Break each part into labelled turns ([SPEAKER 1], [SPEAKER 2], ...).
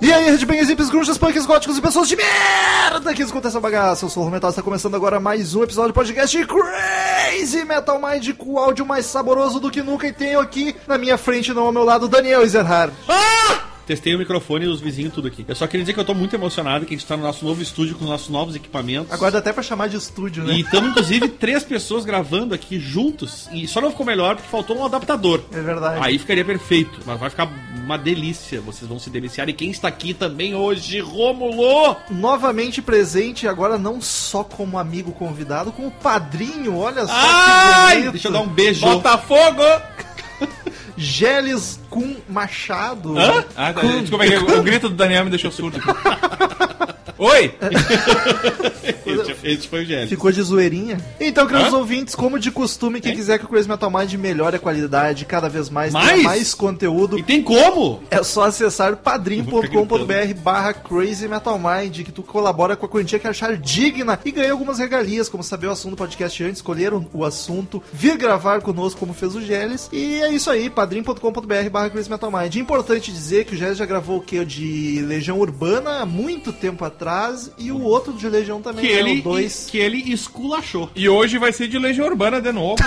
[SPEAKER 1] headbangers, hips, grunges, punks, góticos e pessoas de merda que escuta essa bagaça. Eu sou o Metal, está começando agora mais um episódio do podcast Crazy Metal Mind com o áudio mais saboroso do que nunca. E tenho aqui na minha frente, não ao meu lado, Daniel Ezerhard.
[SPEAKER 2] Testei o microfone e os vizinhos tudo aqui. Eu só queria dizer que eu tô muito emocionado que a gente tá no nosso novo estúdio com os nossos novos equipamentos.
[SPEAKER 1] Agora dá até pra chamar de estúdio, né?
[SPEAKER 2] E estamos, inclusive, três pessoas gravando aqui juntos. E só não ficou melhor porque faltou um adaptador.
[SPEAKER 1] É verdade.
[SPEAKER 2] Aí ficaria perfeito. Mas vai ficar uma delícia. Vocês vão se deliciar. E quem está aqui também hoje, Romulo!
[SPEAKER 1] Novamente presente, agora não só como amigo convidado, como padrinho, olha só. que
[SPEAKER 2] Ai!
[SPEAKER 1] bonito.
[SPEAKER 2] Deixa eu dar um beijo.
[SPEAKER 3] Botafogo!
[SPEAKER 1] Geles com Machado.
[SPEAKER 2] Hã?
[SPEAKER 3] Ah, tá, desculpa, é que o grito do Daniel me deixou surdo. Oi!
[SPEAKER 2] Esse, é- esse foi o Gélio.
[SPEAKER 1] Ficou de zoeirinha? Então, queridos
[SPEAKER 2] Hã?
[SPEAKER 1] ouvintes, como de costume, quem quiser que o Crazy Metal Mind melhore a qualidade cada vez mais, tenha
[SPEAKER 2] Mais?
[SPEAKER 1] mais conteúdo,
[SPEAKER 2] E tem como?
[SPEAKER 1] é só acessar
[SPEAKER 2] Eu vou ficar
[SPEAKER 1] padrim.com.br barra Crazy Metal Mind, que tu colabora com a quantia que achar digna e ganha algumas regalias, como saber o assunto do podcast antes, escolher o- o assunto, vir gravar conosco como fez o Geles. E é isso aí, padrim.com.br barra Crazy Metal Mind. Importante dizer que o Geles já gravou o que? De Legião Urbana há muito tempo atrás e o outro de Legião também,
[SPEAKER 2] Hum. Que
[SPEAKER 1] né?
[SPEAKER 2] ele,
[SPEAKER 1] o 2.
[SPEAKER 2] que ele esculachou.
[SPEAKER 3] E hoje vai ser de Legião Urbana de novo.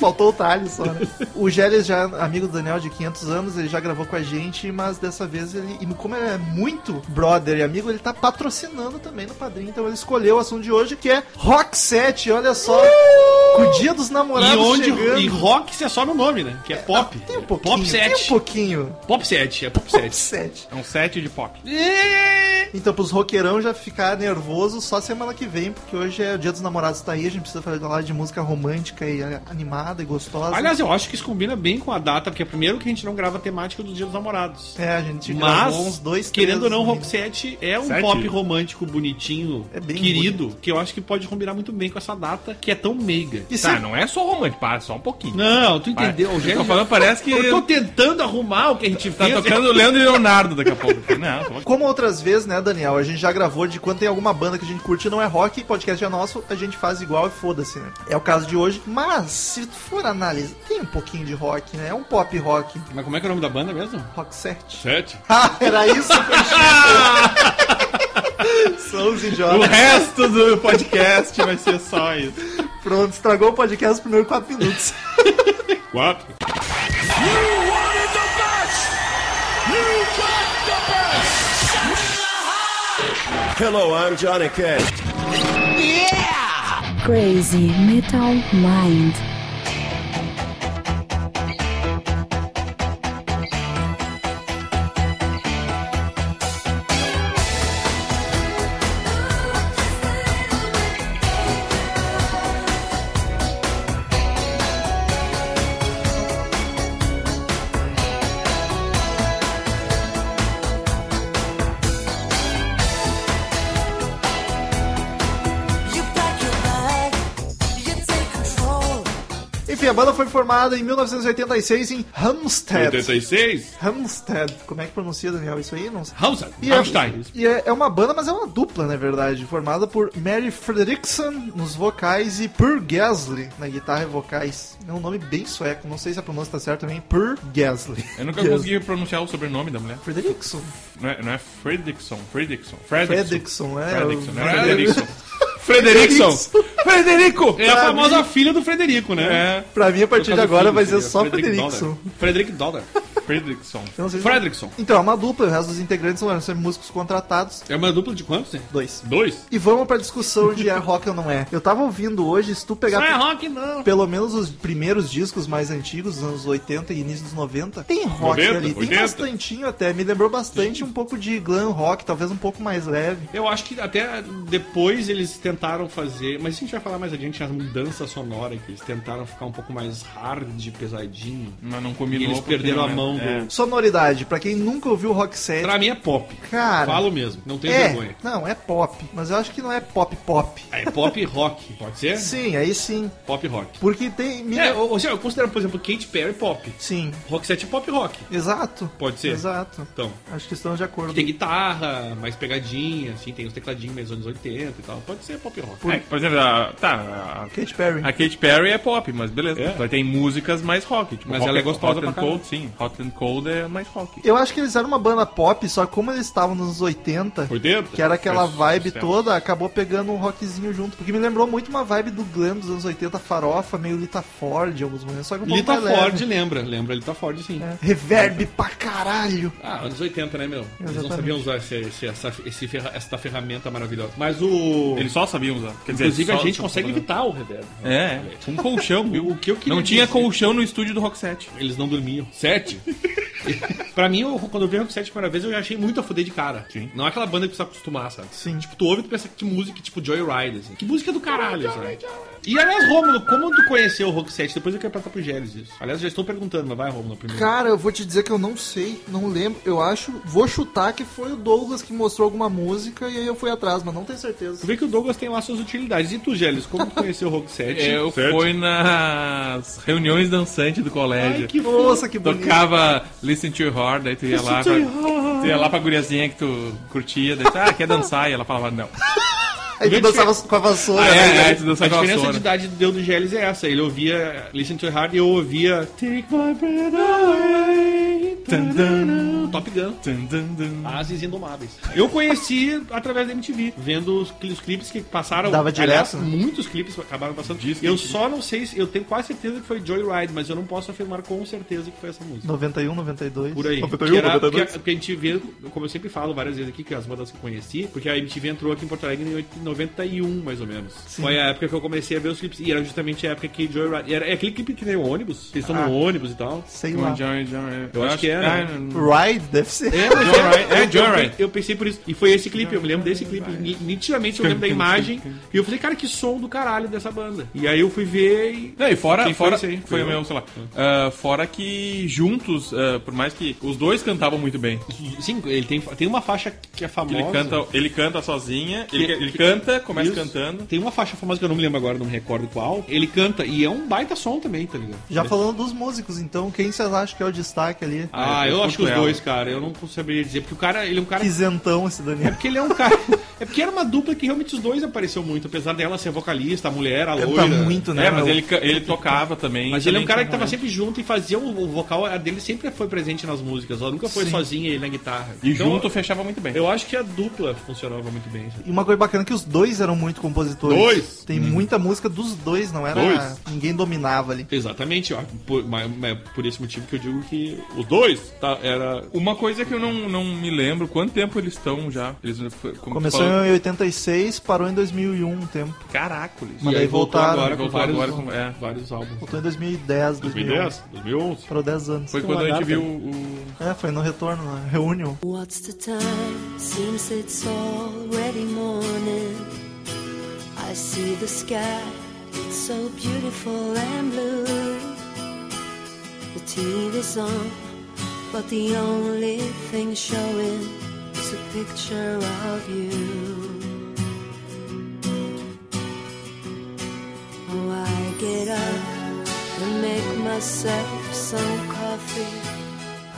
[SPEAKER 1] Faltou o talho só, né? O Gélias, já é amigo do Daniel de 500 anos, ele já gravou com a gente, mas dessa vez ele, e como ele é muito brother e amigo, ele tá patrocinando também no padrinho, então ele escolheu o assunto de hoje, que é Rock 7, olha só, com o dia dos namorados
[SPEAKER 2] Uh! E onde
[SPEAKER 1] chegando.
[SPEAKER 2] e rock você sobe o nome, né? Que é pop.
[SPEAKER 1] Tem um pouquinho,
[SPEAKER 2] pop
[SPEAKER 1] tem um
[SPEAKER 2] 7.
[SPEAKER 1] pouquinho.
[SPEAKER 2] Pop 7, é pop
[SPEAKER 1] Pop
[SPEAKER 2] 7.
[SPEAKER 1] 7.
[SPEAKER 3] É um set de pop.
[SPEAKER 1] Então, pros roqueirão já ficar nervoso só semana que vem, porque hoje é o dia dos namorados tá aí, a gente precisa falar de música romântica e eh, animada e gostosa.
[SPEAKER 2] Aliás, eu acho que isso combina bem com a data, porque é primeiro que a gente não grava a temática do Dia dos Namorados.
[SPEAKER 1] é, a gente
[SPEAKER 2] Mas,
[SPEAKER 1] gravou uns dois,
[SPEAKER 2] querendo ou não,
[SPEAKER 1] três
[SPEAKER 2] Rock 7 é um
[SPEAKER 3] Sete?
[SPEAKER 2] pop romântico bonitinho,
[SPEAKER 1] É bem
[SPEAKER 2] querido, que eu acho que pode combinar muito bem com essa data, que é tão meiga.
[SPEAKER 1] E se-
[SPEAKER 3] Tá, não é só romântico, para, só um pouquinho.
[SPEAKER 2] Não, tu
[SPEAKER 3] Para.
[SPEAKER 2] entendeu? O
[SPEAKER 3] Eu tô
[SPEAKER 2] Gênesis-
[SPEAKER 3] falando, parece que
[SPEAKER 2] Eu tô tentando arrumar o que a gente
[SPEAKER 3] tá
[SPEAKER 2] fez.
[SPEAKER 3] tocando o Leandro e Leonardo daqui a pouco. Não, tô...
[SPEAKER 1] Como outras vezes, né, Daniel? A gente já gravou de quando tem alguma banda que a gente curte e não é rock, podcast é nosso, a gente faz igual e foda-se, né? É o caso de hoje. Mas, se tu for análise, tem um pouquinho de rock, né? É um pop rock.
[SPEAKER 2] Mas como é que é o nome da banda mesmo?
[SPEAKER 1] Rock 7.
[SPEAKER 2] Sete.
[SPEAKER 1] Ah, era isso? São os
[SPEAKER 3] O
[SPEAKER 1] idiotas.
[SPEAKER 3] resto do podcast vai ser só isso.
[SPEAKER 1] Pronto, estragou o podcast nos primeiros 4 minutos.
[SPEAKER 2] Quatro.
[SPEAKER 4] Hello, I'm Johnny Cash.
[SPEAKER 5] Crazy Metal Mind.
[SPEAKER 6] You pack your bag, you take control.
[SPEAKER 1] Enfim, a banda foi formada em 1986 em
[SPEAKER 2] Ah, é.
[SPEAKER 1] Hampstead.
[SPEAKER 2] 86.
[SPEAKER 1] Hampstead. Como é que pronuncia, Daniel? Isso aí? Não sei.
[SPEAKER 2] Hamza.
[SPEAKER 1] E é,
[SPEAKER 2] Rammstein.
[SPEAKER 1] e é- é uma banda, mas é uma dupla, na verdade, formada por Mary Fredriksson nos vocais e Per Gessle na guitarra e vocais. É um nome bem sueco, não sei se a pronúncia tá certa também. Per Gessle.
[SPEAKER 3] Eu nunca
[SPEAKER 1] Gessle.
[SPEAKER 3] consegui pronunciar o sobrenome da mulher.
[SPEAKER 1] Fredriksson.
[SPEAKER 3] Não é, não é Fredrickson. Fredrickson. Fredrickson.
[SPEAKER 1] Fredriksson, é.
[SPEAKER 3] Fredrickson.
[SPEAKER 1] o-
[SPEAKER 3] Não é Fredrickson. Frederickson. Frederico!
[SPEAKER 2] É a famosa filha do Frederico, né?
[SPEAKER 3] É.
[SPEAKER 1] Pra mim, a partir de
[SPEAKER 2] No caso,
[SPEAKER 1] agora,
[SPEAKER 2] filho,
[SPEAKER 1] vai ser
[SPEAKER 2] seria
[SPEAKER 1] só
[SPEAKER 2] Frederick
[SPEAKER 1] Fredriksson.
[SPEAKER 2] Dollar. Frederick Dollar.
[SPEAKER 3] Fredrickson.
[SPEAKER 1] Eu não sei se-
[SPEAKER 2] Fredrickson.
[SPEAKER 1] Então, é uma dupla, o resto dos integrantes são são músicos contratados.
[SPEAKER 2] É uma dupla de quantos? né?
[SPEAKER 1] Dois.
[SPEAKER 2] Dois?
[SPEAKER 1] E vamos pra discussão de é rock ou não é. Eu tava ouvindo hoje, se tu pegar...
[SPEAKER 3] é
[SPEAKER 2] rock, não.
[SPEAKER 1] pelo menos os primeiros discos mais antigos, dos anos 80 e início dos 90, tem rock
[SPEAKER 3] 90,
[SPEAKER 1] ali. Tem
[SPEAKER 3] 80.
[SPEAKER 1] bastantinho até. Me lembrou bastante um pouco de glam rock, talvez um pouco mais leve.
[SPEAKER 2] Eu acho que até depois eles tentaram fazer. Mas isso a gente vai falar mais adiante as mudanças sonoras, que eles tentaram ficar um pouco mais hard, pesadinho.
[SPEAKER 3] Mas não
[SPEAKER 2] E
[SPEAKER 3] combinou.
[SPEAKER 2] eles
[SPEAKER 3] porque
[SPEAKER 2] perderam
[SPEAKER 3] não
[SPEAKER 2] a
[SPEAKER 3] é-
[SPEAKER 2] mão
[SPEAKER 3] é.
[SPEAKER 2] do.
[SPEAKER 1] Sonoridade, pra quem nunca ouviu rock set,
[SPEAKER 2] Pra mim é pop.
[SPEAKER 1] cara.
[SPEAKER 2] Falo mesmo, não tenho
[SPEAKER 1] é,
[SPEAKER 2] vergonha.
[SPEAKER 1] não, é pop, mas eu acho que não é pop pop.
[SPEAKER 2] É pop e rock, pode ser?
[SPEAKER 1] Sim, aí sim.
[SPEAKER 2] Pop e rock.
[SPEAKER 1] Porque tem. me-
[SPEAKER 2] É, ou, ou seja, eu considero, por exemplo, Kate Perry pop.
[SPEAKER 1] Sim,
[SPEAKER 2] Rock set é pop rock.
[SPEAKER 1] exato.
[SPEAKER 2] Pode ser.
[SPEAKER 1] Exato.
[SPEAKER 2] Então.
[SPEAKER 1] Acho que estão de acordo.
[SPEAKER 2] Tem guitarra, mais pegadinha, assim, tem os tecladinhos mais anos 80 e tal. Pode ser pop rock.
[SPEAKER 3] É, por exemplo, a, tá, a,
[SPEAKER 1] Katy Perry.
[SPEAKER 3] a Katy Perry é pop, mas beleza.
[SPEAKER 2] É.
[SPEAKER 3] Vai ter músicas mais rock. Tipo,
[SPEAKER 2] Mas
[SPEAKER 3] rock
[SPEAKER 2] ela é gostosa
[SPEAKER 3] Hot
[SPEAKER 2] pra
[SPEAKER 3] and Cold, sim. Hot and Stone Cold é mais rock.
[SPEAKER 1] Eu acho que eles eram uma banda pop, só que como eles estavam nos 80,
[SPEAKER 2] 80?
[SPEAKER 1] que era aquela
[SPEAKER 2] Faz
[SPEAKER 1] vibe
[SPEAKER 2] tempo.
[SPEAKER 1] toda, acabou pegando um rockzinho junto. Porque me lembrou muito uma vibe do Glam dos anos 80, farofa, meio Lita Ford em alguns momentos. Só que um pouco
[SPEAKER 2] Lita
[SPEAKER 1] mais leve.
[SPEAKER 2] Ford lembra, lembra Lita Ford sim.
[SPEAKER 1] É. Reverb pra caralho.
[SPEAKER 2] Ah, anos 80, né, meu? Eles não
[SPEAKER 1] Exatamente.
[SPEAKER 2] sabiam usar esse- esse- essa, esse ferra- essa ferramenta maravilhosa. Mas o.
[SPEAKER 3] Eles só sabiam usar. Quer dizer,
[SPEAKER 2] Inclusive,
[SPEAKER 3] só-
[SPEAKER 2] a gente
[SPEAKER 3] só-
[SPEAKER 2] consegue evitar o reverb.
[SPEAKER 3] É, com um colchão.
[SPEAKER 2] Eu- o que eu queria
[SPEAKER 3] Não tinha
[SPEAKER 2] dizer-
[SPEAKER 3] colchão no estúdio do Rock 7.
[SPEAKER 2] Eles não dormiam. Sete? pra mim, eu- quando eu vi o Rock 7 a primeira vez, eu já achei muito a fuder de cara.
[SPEAKER 3] Sim.
[SPEAKER 2] Não é aquela banda que precisa acostumar, sabe?
[SPEAKER 1] Sim.
[SPEAKER 2] Tipo, tu ouve e tu pensa que música, tipo Joyride, assim. Que música do caralho, sabe? E aliás, Romulo, como tu conheceu o Rock 7? Depois eu quero perguntar pro Gélis isso. Aliás, já estou perguntando, mas vai, Romulo, primeiro.
[SPEAKER 1] Cara, eu vou te dizer que eu não sei, não lembro. Eu acho, vou chutar que foi o Douglas que mostrou alguma música e aí eu fui atrás, mas não tenho
[SPEAKER 2] Tu
[SPEAKER 1] certeza.
[SPEAKER 2] vê que o Douglas tem lá suas utilidades. E tu, Gélis, como tu conheceu o Rock 7?
[SPEAKER 3] É, Eu fui nas reuniões dançantes do colégio.
[SPEAKER 2] Ai, que foda.
[SPEAKER 1] Nossa, que bonito.
[SPEAKER 3] Tocava Listen to Your Heart, daí tu ia lá, pra,
[SPEAKER 2] Listen to Your Heart.
[SPEAKER 3] tu ia lá pra guriazinha que tu curtia, daí tu, ah, quer dançar? E ela falava, não.
[SPEAKER 1] Aí tu dançava com a vassoura.
[SPEAKER 3] Ah,
[SPEAKER 1] né?
[SPEAKER 3] é,
[SPEAKER 2] A
[SPEAKER 3] tu dançava com a
[SPEAKER 2] diferença de
[SPEAKER 3] vassoura.
[SPEAKER 2] idade do do Gélis é essa. Ele ouvia Listen to Your Heart e eu ouvia Take My Breath Away.
[SPEAKER 3] Tum, tum.
[SPEAKER 2] Top Gun.
[SPEAKER 3] Tum, tum, tum.
[SPEAKER 2] Ases Indomáveis. Eu conheci através da MTV, vendo os, cli- os clipes que passaram.
[SPEAKER 1] Dava
[SPEAKER 2] aliás,
[SPEAKER 1] direto, né?
[SPEAKER 2] Muitos clipes acabaram passando.
[SPEAKER 3] Diz que
[SPEAKER 2] eu
[SPEAKER 3] sim.
[SPEAKER 2] só não sei, se, eu tenho quase certeza que foi Joyride, mas eu não posso afirmar com certeza que foi essa música.
[SPEAKER 1] 91, 92.
[SPEAKER 2] Por aí.
[SPEAKER 1] 91,
[SPEAKER 2] que era,
[SPEAKER 1] 92.
[SPEAKER 2] porque a- porque a gente vê, como eu sempre falo várias vezes aqui, que as bandas que eu conheci, porque a MTV entrou aqui em Porto Alegre em 8 91, mais ou menos. Foi a época que eu comecei a ver os clipes. E era justamente a época que Joyride. Era, é aquele clipe que tem o ônibus. Eles estão
[SPEAKER 1] Ah.
[SPEAKER 2] no ônibus e tal.
[SPEAKER 1] Sei lá.
[SPEAKER 3] Joy, Joy.
[SPEAKER 2] Eu acho que era.
[SPEAKER 3] ah, não-
[SPEAKER 1] Ride, deve ser.
[SPEAKER 2] É, mas
[SPEAKER 3] Joyride.
[SPEAKER 2] é,
[SPEAKER 3] É,
[SPEAKER 2] eu- eu-
[SPEAKER 3] Joyride.
[SPEAKER 2] Eu pensei por isso. E foi esse clipe, eu me lembro desse clipe. Ni- Nitidamente eu lembro da imagem. E eu falei, cara, que som do caralho dessa banda. E aí eu fui ver e.
[SPEAKER 3] Não, e fora,
[SPEAKER 2] Quem foi
[SPEAKER 3] fora
[SPEAKER 2] esse aí?
[SPEAKER 3] foi, o meu, sei lá. Ah, fora que juntos, ah, por mais que os dois cantavam muito bem.
[SPEAKER 2] Sim, ele tem, tem uma faixa que é famosa.
[SPEAKER 3] Ele canta, ele canta sozinha, ele, ele
[SPEAKER 2] que-
[SPEAKER 3] canta, começa
[SPEAKER 2] Isso.
[SPEAKER 3] cantando.
[SPEAKER 2] Tem uma faixa famosa que eu não me lembro agora, não me recordo qual. Ele canta e é um baita som também, tá ligado?
[SPEAKER 1] Já falando dos músicos, então, quem vocês acham que é o destaque ali?
[SPEAKER 2] Ah, eu,
[SPEAKER 3] Eu
[SPEAKER 2] acho que os
[SPEAKER 3] curto
[SPEAKER 2] dois, cara. Eu não saberia dizer. Porque o cara, ele é um cara.
[SPEAKER 1] Que isentão esse
[SPEAKER 2] É
[SPEAKER 1] Daniel.
[SPEAKER 2] porque ele é um cara. É porque era uma dupla que realmente os dois apareceu muito. Apesar dela ser vocalista, a mulher, a
[SPEAKER 1] Canta
[SPEAKER 2] loira.
[SPEAKER 1] muito, né?
[SPEAKER 3] É, mas
[SPEAKER 1] meu?
[SPEAKER 3] ele, ca- ele tocava também.
[SPEAKER 2] Mas ele é um
[SPEAKER 3] também
[SPEAKER 2] cara que
[SPEAKER 3] tinha
[SPEAKER 2] tava
[SPEAKER 3] um-
[SPEAKER 2] sempre junto e fazia o, o vocal a dele sempre foi presente nas músicas. Ela nunca foi sozinha ele na guitarra.
[SPEAKER 3] um- E
[SPEAKER 2] Então,
[SPEAKER 3] junto fechava muito bem.
[SPEAKER 2] Eu acho que a dupla funcionava muito bem. sabe?
[SPEAKER 1] E uma coisa bacana é que os dois eram muito compositores.
[SPEAKER 2] Dois?
[SPEAKER 1] Tem muita música dos dois, não era.
[SPEAKER 2] Dois.
[SPEAKER 1] Ninguém dominava ali.
[SPEAKER 2] Exatamente, ó, por, mas- mas por esse motivo que eu digo que os dois tá, era
[SPEAKER 3] Uma coisa que eu não, não me lembro, quanto tempo eles estão já? Eles eh, foi- como tu
[SPEAKER 1] Começou
[SPEAKER 3] falou-
[SPEAKER 1] em 86, parou em 2001 um tempo.
[SPEAKER 3] Caracoles.
[SPEAKER 1] Mas
[SPEAKER 2] E
[SPEAKER 1] daí
[SPEAKER 2] aí voltou
[SPEAKER 1] voltaram,
[SPEAKER 2] agora com
[SPEAKER 3] voltou
[SPEAKER 2] vários,
[SPEAKER 3] agora com- é.
[SPEAKER 2] vários álbuns.
[SPEAKER 1] Voltou em 2010, 2011.
[SPEAKER 2] 2010, 2011.
[SPEAKER 1] Parou 10 anos.
[SPEAKER 3] Foi
[SPEAKER 1] Tem
[SPEAKER 3] quando
[SPEAKER 1] uma
[SPEAKER 3] a gente
[SPEAKER 1] data.
[SPEAKER 3] viu o.
[SPEAKER 1] É, foi no retorno, na reunião.
[SPEAKER 6] What's the time? Seems it's already morning. I see the sky, it's so beautiful and blue. The TV's on, but the only thing showing is a picture of you. Oh, I get up and make myself some coffee.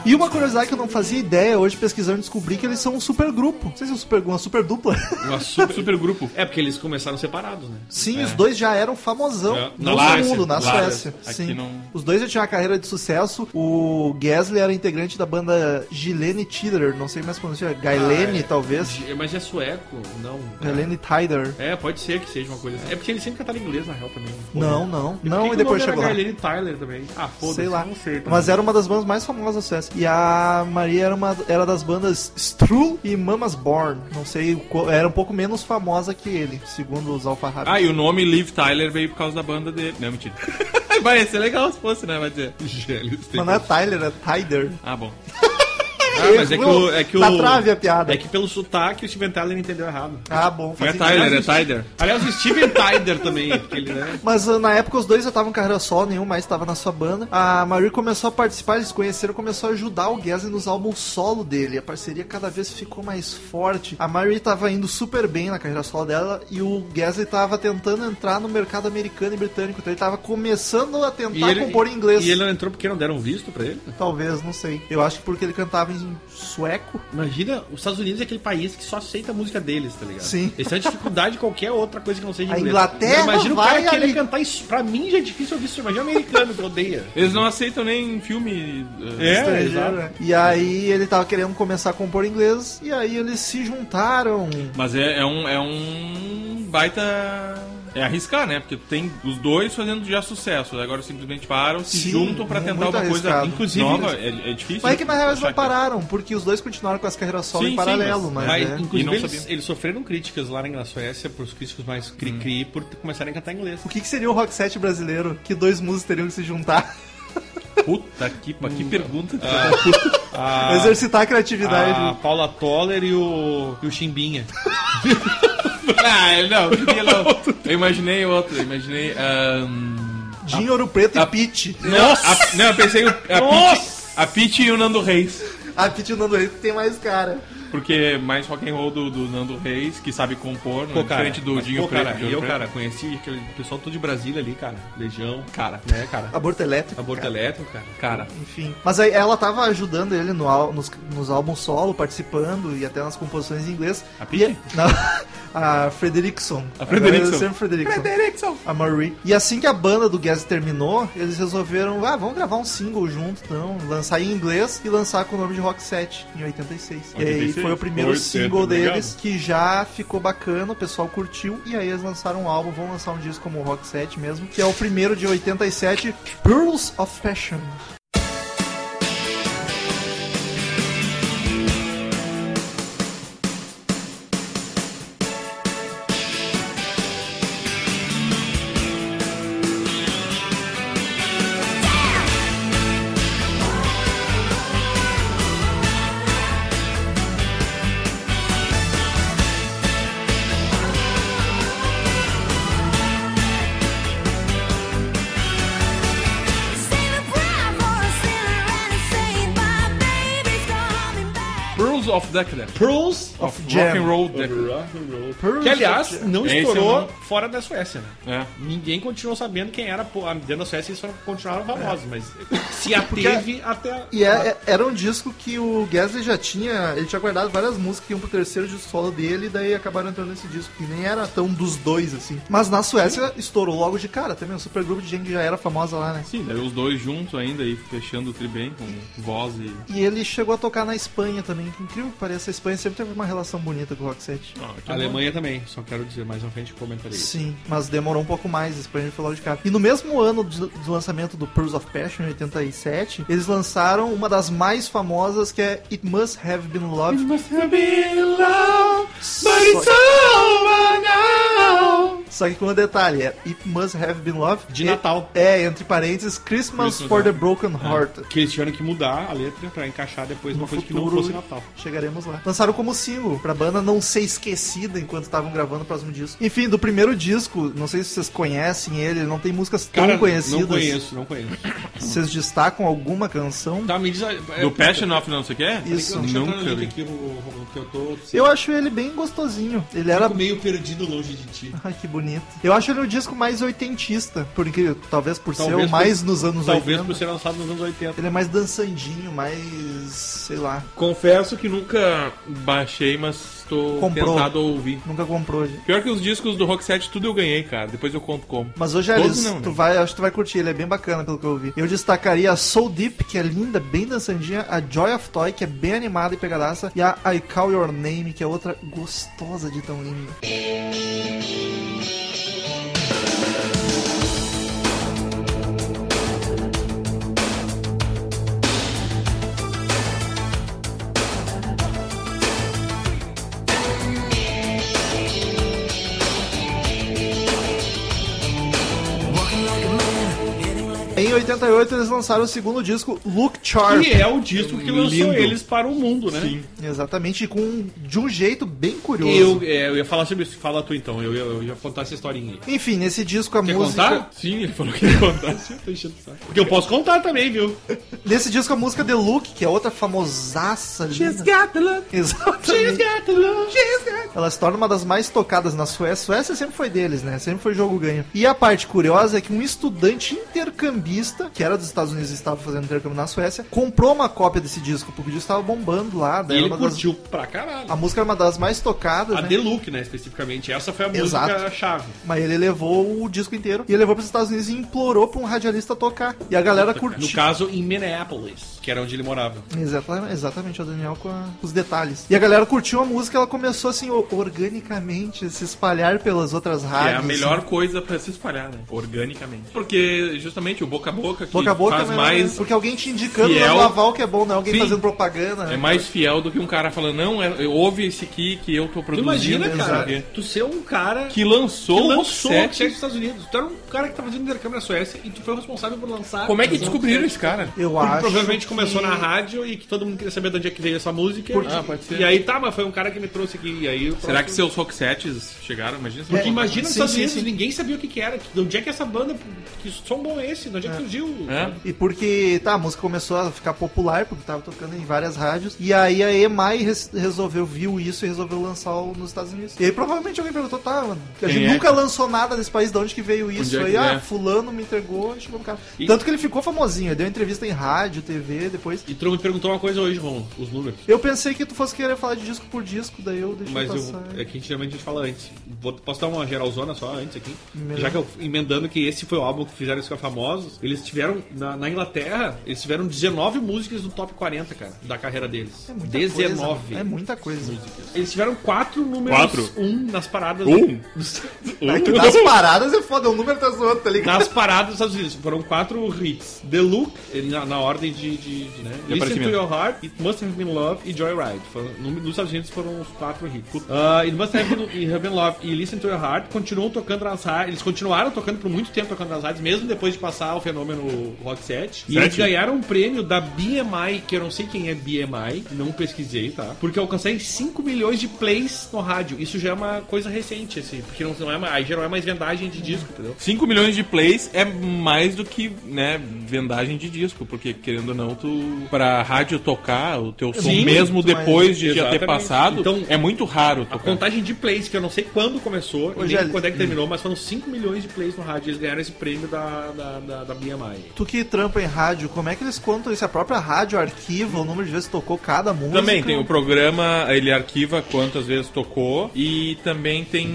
[SPEAKER 1] E uma curiosidade que eu não fazia ideia, hoje pesquisando descobri que eles são um super grupo. Não sei se é um super, uma super dupla.
[SPEAKER 2] Uma super, grupo. É porque eles começaram separados, né?
[SPEAKER 1] Sim, os dois já eram famosão
[SPEAKER 2] É,
[SPEAKER 1] no
[SPEAKER 2] na Suécia.
[SPEAKER 1] mundo, na
[SPEAKER 3] Lá,
[SPEAKER 1] Suécia.
[SPEAKER 3] aqui
[SPEAKER 1] Sim.
[SPEAKER 3] não-
[SPEAKER 1] Os dois já tinham uma carreira de sucesso. O Gasly era integrante da banda Gilene Tider, não sei mais pronunciar, Gailene,
[SPEAKER 2] Ah, é.
[SPEAKER 1] talvez.
[SPEAKER 2] Mas é sueco, não.
[SPEAKER 1] Gailene Tider.
[SPEAKER 2] É, pode ser que seja uma coisa assim. É porque ele sempre cantaram inglês, na real, também.
[SPEAKER 1] Não, não.
[SPEAKER 2] É.
[SPEAKER 1] não,
[SPEAKER 2] E por que
[SPEAKER 1] e
[SPEAKER 2] que o nome
[SPEAKER 1] depois
[SPEAKER 2] era
[SPEAKER 1] chegou lá.
[SPEAKER 2] Garlene Tyler também. Ah, foda-se.
[SPEAKER 1] Sei lá.
[SPEAKER 2] Não sei. também.
[SPEAKER 1] Mas era uma das bandas mais famosas da Suécia. E a Maria era, uma, era das bandas Stru e Mamas Born. Não sei, qual- era um pouco menos famosa que ele, segundo os Alfarrabis.
[SPEAKER 3] Ah, e o nome Liv Tyler veio por causa da banda dele. Não, mentira. Vai ser legal se fosse, né? Vai dizer.
[SPEAKER 2] Gélis tem-
[SPEAKER 1] é- Mas não é Tyler, é Tider.
[SPEAKER 3] Ah, bom.
[SPEAKER 2] Ah, mas é que o. É que o
[SPEAKER 1] Na Tá trave a piada.
[SPEAKER 2] É que pelo sotaque o Steven Tyler entendeu errado.
[SPEAKER 1] Ah, bom.
[SPEAKER 3] Não é
[SPEAKER 1] faz sentido.
[SPEAKER 3] Tyler, é Tyler.
[SPEAKER 2] Aliás, o Steven Tyler também, porque ele, né?
[SPEAKER 1] Mas ah, na época os dois já estavam em carreira só, nenhum mais estava na sua banda. A Marie começou a participar, eles se conheceram, começou a ajudar o Gessler nos álbuns solo dele. A parceria cada vez ficou mais forte. A Marie tava indo super bem na carreira solo dela e o Gessler tava tentando entrar no mercado americano e britânico. Então ele tava começando a tentar compor Tá em inglês.
[SPEAKER 2] E ele não entrou porque não deram visto pra ele?
[SPEAKER 1] Talvez, não sei. Eu acho que porque ele cantava em sueco.
[SPEAKER 2] Imagina, os Estados Unidos é aquele país que só aceita a música deles, tá ligado?
[SPEAKER 1] Sim.
[SPEAKER 2] Eles têm dificuldade de qualquer outra coisa que não seja
[SPEAKER 1] A
[SPEAKER 2] inglês.
[SPEAKER 1] Inglaterra
[SPEAKER 2] Imagina o
[SPEAKER 1] vai
[SPEAKER 2] cara
[SPEAKER 1] ali.
[SPEAKER 2] querer cantar isso. Pra mim já é difícil ouvir isso. Imagina o americano que odeia.
[SPEAKER 3] Eles não aceitam nem filme. uh,
[SPEAKER 2] É,
[SPEAKER 1] estrangeiro,
[SPEAKER 2] exato.
[SPEAKER 1] né? E aí ele tava querendo começar a compor em inglês, e aí eles se juntaram.
[SPEAKER 3] Mas é, é um, é um baita. É arriscar, né? Porque tem os dois fazendo já sucesso. Agora simplesmente param, se
[SPEAKER 1] Sim, é
[SPEAKER 3] juntam pra tentar
[SPEAKER 1] muito
[SPEAKER 3] uma coisa
[SPEAKER 1] arriscado.
[SPEAKER 3] inclusive nova. É, é difícil.
[SPEAKER 1] Mas é que na real eles
[SPEAKER 3] achar
[SPEAKER 1] não pararam, porque os dois continuaram com as carreiras solo
[SPEAKER 3] Sim,
[SPEAKER 1] em
[SPEAKER 3] sim,
[SPEAKER 1] paralelo, mas,
[SPEAKER 3] mas-
[SPEAKER 2] Mas,
[SPEAKER 1] né?
[SPEAKER 3] E não
[SPEAKER 2] inclusive, eles,
[SPEAKER 3] sabia.
[SPEAKER 2] eles sofreram críticas lá na na Suécia, pros críticos mais cri-cri,
[SPEAKER 3] Hum.
[SPEAKER 2] por começarem a cantar inglês.
[SPEAKER 1] O que, que seria o rock set brasileiro que dois músicos teriam que se juntar?
[SPEAKER 3] Puta que, pa-
[SPEAKER 1] Hum.
[SPEAKER 3] que pergunta.
[SPEAKER 1] Ah.
[SPEAKER 3] Ah.
[SPEAKER 1] Exercitar a criatividade.
[SPEAKER 2] A Paula Toller e o, e o Chimbinha.
[SPEAKER 3] ah, não, queria não. Eu imaginei outro, eu imaginei. ahn,
[SPEAKER 1] Dinho Ouro Preto e Pete.
[SPEAKER 3] Ah. Nossa! não, eu pensei o- a Pete, a Pete e o Nando Reis.
[SPEAKER 1] A Pete e o Nando Reis tem mais cara.
[SPEAKER 3] Porque é mais rock and roll do, do Nando Reis, que sabe compor, não é
[SPEAKER 2] Pô, cara,
[SPEAKER 3] diferente do
[SPEAKER 2] mas,
[SPEAKER 3] Dinho
[SPEAKER 2] pô,
[SPEAKER 3] Preto.
[SPEAKER 2] cara,
[SPEAKER 3] Dinho
[SPEAKER 2] e eu,
[SPEAKER 3] Preto.
[SPEAKER 2] cara, conheci aquele pessoal todo de Brasília ali, cara. Legião,
[SPEAKER 3] Cara,
[SPEAKER 2] né, cara?
[SPEAKER 1] Aborto elétrico.
[SPEAKER 2] Aborto
[SPEAKER 1] cara.
[SPEAKER 2] elétrico, cara.
[SPEAKER 3] cara.
[SPEAKER 1] Enfim. Mas aí ela tava ajudando ele no, al- nos, nos álbuns solo, participando e até nas composições em inglês.
[SPEAKER 3] A Pete?
[SPEAKER 1] E- não, a Frederickson.
[SPEAKER 3] A Frederickson.
[SPEAKER 1] Agora é Sempre Frederickson. A Marie. E assim que a banda do Guess terminou, eles resolveram, ah, vamos gravar um single junto, então, lançar em inglês e lançar com o nome de Rock 7 em 86. E aí
[SPEAKER 3] 86?
[SPEAKER 1] foi o primeiro
[SPEAKER 3] 80,
[SPEAKER 1] single
[SPEAKER 3] obrigado.
[SPEAKER 1] deles que já ficou bacana, o pessoal curtiu e aí eles lançaram um álbum, vão lançar um disco como o Rock 7 mesmo, que é o primeiro de 87, Pearls of Passion.
[SPEAKER 3] Pearls of Decadence.
[SPEAKER 2] Pearls
[SPEAKER 3] Of
[SPEAKER 1] Jam.
[SPEAKER 3] Rock and Roll Decadence.
[SPEAKER 1] Pearls
[SPEAKER 2] Que, aliás,
[SPEAKER 1] of-
[SPEAKER 2] não
[SPEAKER 3] Esse é
[SPEAKER 2] estourou
[SPEAKER 3] eu não-
[SPEAKER 2] fora da Suécia, né?
[SPEAKER 3] É.
[SPEAKER 2] Ninguém continuou sabendo quem era. pô, Dentro da Suécia eles foram, continuaram famosos,
[SPEAKER 3] É.
[SPEAKER 2] mas se ateve até...
[SPEAKER 1] E é- é- era um disco que o Gessler já tinha. Ele tinha guardado várias músicas que iam pro terceiro disco solo dele, e daí acabaram entrando nesse disco, que nem era tão dos dois, assim. Mas na Suécia estourou logo de cara também. Um super grupo de gente que já era famosa lá, né?
[SPEAKER 3] Sim, daí os dois juntos ainda e fechando o tri bem com voz e.
[SPEAKER 1] E ele chegou a tocar na Espanha também, que incrível que pareça, a Espanha sempre teve uma relação bonita com o Rock Set.
[SPEAKER 2] A Alemanha também, só quero dizer mais na frente comentarei isso.
[SPEAKER 1] Sim, mas demorou um pouco mais, a Espanha foi logo de cara. E no mesmo ano de- do lançamento do Pearls of Passion, em 87, eles lançaram uma das mais famosas, que é It Must Have Been Love.
[SPEAKER 3] é
[SPEAKER 1] Só- Só que com um detalhe, é It Must Have Been Love.
[SPEAKER 2] De
[SPEAKER 1] E-
[SPEAKER 2] Natal. Ah.
[SPEAKER 1] É, entre parênteses, Christmas,
[SPEAKER 3] Christmas,
[SPEAKER 1] for
[SPEAKER 3] é.
[SPEAKER 1] the Broken Heart.
[SPEAKER 2] Que eles tiveram que mudar a letra pra encaixar depois
[SPEAKER 1] No
[SPEAKER 2] uma coisa que não
[SPEAKER 1] futuro,
[SPEAKER 2] fosse
[SPEAKER 3] né?
[SPEAKER 2] Natal.
[SPEAKER 1] chegaremos lá. Lançaram como single, pra banda não ser esquecida enquanto estavam gravando o próximo disco. Enfim, do primeiro disco, não sei se vocês conhecem ele, não tem músicas tão conhecidas.
[SPEAKER 2] não conheço, não conheço.
[SPEAKER 1] Vocês destacam alguma canção?
[SPEAKER 2] Tá, me diz... a-
[SPEAKER 3] Do Passion of não sei o que?
[SPEAKER 1] Isso.
[SPEAKER 2] Deixa eu entrar
[SPEAKER 3] Nunca
[SPEAKER 2] no
[SPEAKER 3] vi.
[SPEAKER 2] link aqui, o- o- que eu tô...
[SPEAKER 1] Eu acho ele bem gostosinho. Ele era
[SPEAKER 2] Fico meio perdido longe de ti.
[SPEAKER 1] Ai, que bonito. Eu acho ele o disco mais oitentista, porque talvez por ser
[SPEAKER 2] Talvez
[SPEAKER 1] o
[SPEAKER 2] por-
[SPEAKER 1] mais nos anos
[SPEAKER 2] Talvez
[SPEAKER 1] 80.
[SPEAKER 2] por ser lançado nos anos 80.
[SPEAKER 1] Ele é mais dançandinho, mais. sei lá.
[SPEAKER 3] Confesso que nunca baixei, mas tô
[SPEAKER 1] Comprou.
[SPEAKER 3] tentado a ouvir.
[SPEAKER 1] Nunca comprou. gente.
[SPEAKER 3] Pior que os discos do Rock 7, tudo eu ganhei, cara. Depois eu conto como.
[SPEAKER 1] Mas hoje
[SPEAKER 3] Todos
[SPEAKER 1] Alice,
[SPEAKER 3] não, né?
[SPEAKER 1] tu vai, acho que tu vai curtir, ele é bem bacana pelo que eu vi. Eu destacaria a Soul Deep, que é linda, bem dançandinha, a Joy of Toy, que é bem animada e pegadaça, e a I Call Your Name, que é outra gostosa de tão linda. Em 88 eles lançaram o segundo disco, Look Sharp.
[SPEAKER 2] E é o disco que lançou
[SPEAKER 3] Lindo.
[SPEAKER 2] eles para o mundo, né?
[SPEAKER 3] Sim.
[SPEAKER 1] Exatamente, e com de um jeito bem curioso.
[SPEAKER 2] Eu, é, eu ia falar sobre isso. Fala tu então, eu, ia- eu ia contar essa historinha aí.
[SPEAKER 1] Enfim, nesse disco a
[SPEAKER 2] Quer
[SPEAKER 1] música.
[SPEAKER 2] contar?
[SPEAKER 3] Sim, ele falou que ia contar.
[SPEAKER 2] Tô enchendo o saco. Porque eu posso contar também, viu?
[SPEAKER 1] Nesse disco a música The Look, que é outra famosaça. She's got the look. Exatamente. Ela se torna uma das mais tocadas na Suécia. Suécia sempre foi deles, né? Sempre foi jogo ganho. E a parte curiosa é que um estudante intercambista, que era dos Estados Unidos e estava fazendo intercâmbio na Suécia, comprou uma cópia desse disco, porque o disco estava bombando lá.
[SPEAKER 2] E
[SPEAKER 1] daí era
[SPEAKER 2] ele
[SPEAKER 1] uma das-
[SPEAKER 2] curtiu pra caralho.
[SPEAKER 1] A música era uma das mais tocadas.
[SPEAKER 2] A
[SPEAKER 1] né?
[SPEAKER 2] Deluxe, né, especificamente. Essa foi a
[SPEAKER 1] Exato.
[SPEAKER 2] música chave.
[SPEAKER 1] Mas ele levou o disco inteiro e ele levou para os Estados Unidos e implorou para um radialista tocar. E a galera
[SPEAKER 2] No
[SPEAKER 1] curtiu.
[SPEAKER 2] caso, em Minneapolis, que era onde ele morava.
[SPEAKER 1] Exatamente, exatamente, o Daniel com a- com os detalhes. E a galera curtiu a música, ela começou assim, o- organicamente, se espalhar pelas outras
[SPEAKER 3] Que
[SPEAKER 1] rádios.
[SPEAKER 3] é a melhor coisa pra se espalhar, né? Organicamente. Porque justamente o boca a boca que
[SPEAKER 1] Boca a boca,
[SPEAKER 3] faz
[SPEAKER 1] né?
[SPEAKER 3] mais
[SPEAKER 1] Porque alguém te indicando
[SPEAKER 3] fiel.
[SPEAKER 1] no aval que é bom, né? Alguém
[SPEAKER 3] Sim.
[SPEAKER 1] fazendo propaganda. né?
[SPEAKER 3] é mais fiel do que um cara falando, não, é, ouve esse aqui que eu tô
[SPEAKER 2] Tu
[SPEAKER 3] produzindo.
[SPEAKER 2] imagina,
[SPEAKER 3] não sei
[SPEAKER 2] cara,
[SPEAKER 3] o quê."
[SPEAKER 2] tu ser um cara
[SPEAKER 3] Que lançou,
[SPEAKER 2] que
[SPEAKER 3] o
[SPEAKER 2] lançou o
[SPEAKER 3] rock
[SPEAKER 2] Rockset
[SPEAKER 3] set.
[SPEAKER 2] dos Estados Unidos. Tu era um cara que tá fazendo intercâmbio na Suécia e tu foi o responsável por lançar.
[SPEAKER 3] Como é que
[SPEAKER 2] Lançou o
[SPEAKER 3] descobriram
[SPEAKER 2] rock
[SPEAKER 3] esse cara?
[SPEAKER 1] Eu
[SPEAKER 2] set?
[SPEAKER 1] acho.
[SPEAKER 2] Provavelmente começou
[SPEAKER 1] que-
[SPEAKER 2] na rádio e que todo mundo queria saber de onde é que veio essa música.
[SPEAKER 3] Porque- Ah, pode ser.
[SPEAKER 2] E aí tá, mas foi um cara que me trouxe aqui. E aí, o
[SPEAKER 3] Será
[SPEAKER 2] próximo-
[SPEAKER 3] que seus rock sets chegaram? Imagina se
[SPEAKER 2] Porque
[SPEAKER 3] não-
[SPEAKER 2] É, imagina nos
[SPEAKER 1] Sim,
[SPEAKER 2] Estados
[SPEAKER 1] sim,
[SPEAKER 2] Unidos,
[SPEAKER 1] sim.
[SPEAKER 2] ninguém sabia o que, que era. De onde é que essa banda. Que som bom é esse? De onde é que surgiu?
[SPEAKER 3] É?
[SPEAKER 1] E porque, tá, a música começou a ficar popular, porque tava tocando em várias rádios. E aí a EMI res- resolveu, viu isso e resolveu lançar o- nos Estados Unidos. E aí provavelmente alguém perguntou, tá, mano, a
[SPEAKER 3] Quem
[SPEAKER 1] gente
[SPEAKER 3] é
[SPEAKER 1] nunca lançou nada desse país, de onde que veio isso?
[SPEAKER 3] é
[SPEAKER 1] aí,
[SPEAKER 3] que
[SPEAKER 1] ah,
[SPEAKER 3] é?
[SPEAKER 1] fulano me entregou, e chegou no cara.
[SPEAKER 2] E-
[SPEAKER 1] Tanto que ele ficou famosinho, ele deu entrevista em rádio, TV, depois...
[SPEAKER 2] E tu me perguntou uma coisa hoje, Ron, os números.
[SPEAKER 1] Eu pensei que tu fosse querer falar de disco por disco, daí eu deixei
[SPEAKER 2] Mas eu,
[SPEAKER 1] passar.
[SPEAKER 2] é que geralmente a gente fala antes. Vou- posso dar uma geralzona só antes aqui?
[SPEAKER 1] Melhor.
[SPEAKER 2] Já que eu emendando que esse foi o álbum que fizeram isso com a famosos, eles tiveram, na, na Inglaterra, eles tiveram 19 músicas no top 40, cara, da carreira deles.
[SPEAKER 1] É muita coisa,
[SPEAKER 2] 19.
[SPEAKER 1] né? É muita coisa.
[SPEAKER 2] Eles tiveram quatro números
[SPEAKER 3] Quatro?
[SPEAKER 2] um nas paradas.
[SPEAKER 3] Um?
[SPEAKER 1] É que das paradas é foda, um número atrás do outro, tá ligado?
[SPEAKER 2] Nas paradas dos Estados Unidos. Foram quatro hits. The Look, ele na, na ordem de, de, de, né? Listen to
[SPEAKER 3] aparecimento.
[SPEAKER 2] Your Heart, It Must Have Been Love e Joyride. Foram, no, nos Estados Unidos foram os quatro hits. Ah, It Must Have Been, Have Been Love e Listen to Your Heart continuam tocando nas rádios. Eles continuaram tocando por muito tempo tocando nas rádios, mesmo depois de passar o fenômeno Rock 7. E eles
[SPEAKER 3] Sete?
[SPEAKER 2] ganharam um prêmio da BMI, que eu não sei quem é BMI, não pesquisei, tá? Porque alcançaram 5 milhões de plays no rádio. Isso já é uma coisa recente, assim, porque não, não é, mais- aí já não é mais vendagem de disco, entendeu?
[SPEAKER 3] 5 milhões de plays é mais do que, né, vendagem de disco, porque querendo ou não, tu pra rádio tocar o teu som
[SPEAKER 2] Sim,
[SPEAKER 3] mesmo
[SPEAKER 1] muito mais.
[SPEAKER 3] depois de já ter
[SPEAKER 2] Exatamente.
[SPEAKER 3] passado,
[SPEAKER 2] Então,
[SPEAKER 3] é muito raro
[SPEAKER 2] A
[SPEAKER 3] tocar.
[SPEAKER 2] contagem de plays, que eu não sei quando começou,
[SPEAKER 1] Ô, hum.
[SPEAKER 2] e nem
[SPEAKER 1] Gélis.
[SPEAKER 2] quando é que terminou, mas foram 5 milhões de plays no rádio. Eles ganharam esse prêmio da, da, da, da BMI.
[SPEAKER 1] Tu que trampa em rádio, como é que eles contam isso? A própria rádio arquiva o número de vezes que tocou cada música?
[SPEAKER 3] Também tem o programa, ele arquiva quantas vezes tocou e também tem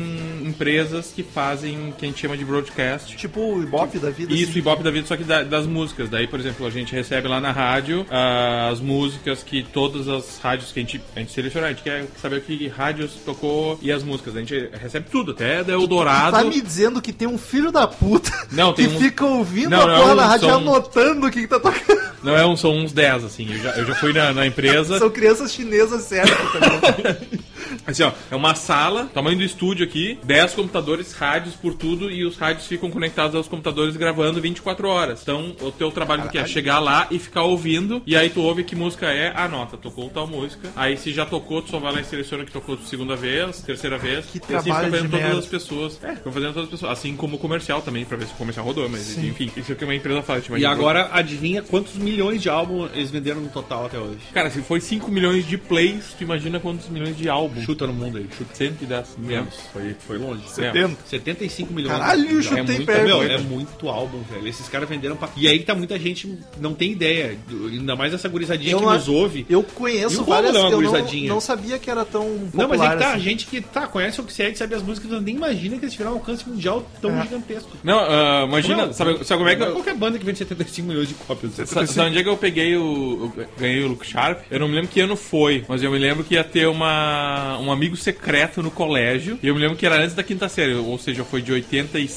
[SPEAKER 3] empresas que fazem o que a gente chama de broadcast.
[SPEAKER 1] Tipo o Ibope da vida.
[SPEAKER 3] Isso,
[SPEAKER 1] assim.
[SPEAKER 3] Ibope da Vida, só que da- das músicas. Daí, por exemplo, a gente recebe lá na rádio ah, as músicas que todas as rádios que a gente, a gente seleciona, a gente quer saber o que rádios tocou e as músicas. A gente recebe tudo, até da Eldorado.
[SPEAKER 1] Tá me dizendo que tem um filho da puta
[SPEAKER 3] Não,
[SPEAKER 1] que
[SPEAKER 3] tem um-
[SPEAKER 1] fica ouvindo
[SPEAKER 3] Não,
[SPEAKER 1] a
[SPEAKER 3] não,
[SPEAKER 1] porra
[SPEAKER 3] é um
[SPEAKER 1] da rádio e
[SPEAKER 3] som-
[SPEAKER 1] anotando o que, que tá tocando.
[SPEAKER 3] Não é um, são uns 10, assim. Eu já, eu já fui na, na empresa.
[SPEAKER 1] São crianças chinesas certas também.
[SPEAKER 3] Assim, ó, é uma sala, tamanho do estúdio aqui, 10 computadores, rádios por tudo, e os rádios ficam conectados aos computadores gravando 24 horas. Então, o teu trabalho que é chegar lá e ficar ouvindo, e aí tu ouve que música é, anota, tocou tal música. Aí se já tocou, tu só vai lá e seleciona que tocou segunda vez, terceira vez,
[SPEAKER 1] Que
[SPEAKER 3] e assim fica
[SPEAKER 1] trabalho de
[SPEAKER 3] fazendo todas
[SPEAKER 1] merda.
[SPEAKER 3] as pessoas. É, fica fazendo todas as pessoas. Assim como o comercial também, pra ver se o comercial rodou, mas enfim, isso é o que uma empresa faz. tipo,
[SPEAKER 2] E
[SPEAKER 3] a gente-
[SPEAKER 2] agora, adivinha quantos milhões de álbuns eles venderam no total até hoje?
[SPEAKER 3] Cara, se foi 5 milhões de plays, tu imagina quantos milhões de álbuns?
[SPEAKER 2] Chuta no mundo aí, chuta.
[SPEAKER 3] 110
[SPEAKER 2] Menos.
[SPEAKER 3] milhões.
[SPEAKER 2] Foi, foi longe.
[SPEAKER 3] É.
[SPEAKER 2] 75 milhões.
[SPEAKER 1] Caralho, eu
[SPEAKER 2] de
[SPEAKER 1] chutei
[SPEAKER 2] álbuns. é muito,
[SPEAKER 1] perto.
[SPEAKER 2] Meu, é muito álbum, velho. Esses caras venderam pra... E aí que tá muita gente não tem ideia. do- Ainda mais essa gurizadinha que
[SPEAKER 1] a-
[SPEAKER 2] nos ouve.
[SPEAKER 1] eu
[SPEAKER 2] E o
[SPEAKER 1] conheço
[SPEAKER 2] Romulo
[SPEAKER 1] várias
[SPEAKER 2] é uma
[SPEAKER 1] que eu não,
[SPEAKER 2] gurizadinha.
[SPEAKER 1] não sabia que era tão
[SPEAKER 2] Não, mas é
[SPEAKER 1] popular
[SPEAKER 2] que tá,
[SPEAKER 1] assim.
[SPEAKER 2] gente que tá, conhece o que segue, sabe as músicas, nem imagina que eles tiveram um alcance mundial tão
[SPEAKER 1] É.
[SPEAKER 2] gigantesco.
[SPEAKER 3] Não, ah, imagina,
[SPEAKER 2] Não,
[SPEAKER 3] sabe, sabe como é que eu,
[SPEAKER 2] Qualquer banda que vende 75 milhões de cópias.
[SPEAKER 3] Sa- Sabe onde é que eu peguei o. eu ganhei o Luke Sharp? Eu não me lembro que ano foi, mas eu me lembro que ia ter uma, um amigo secreto no colégio. E eu me lembro que era antes da quinta série, ou seja, foi de 80 e.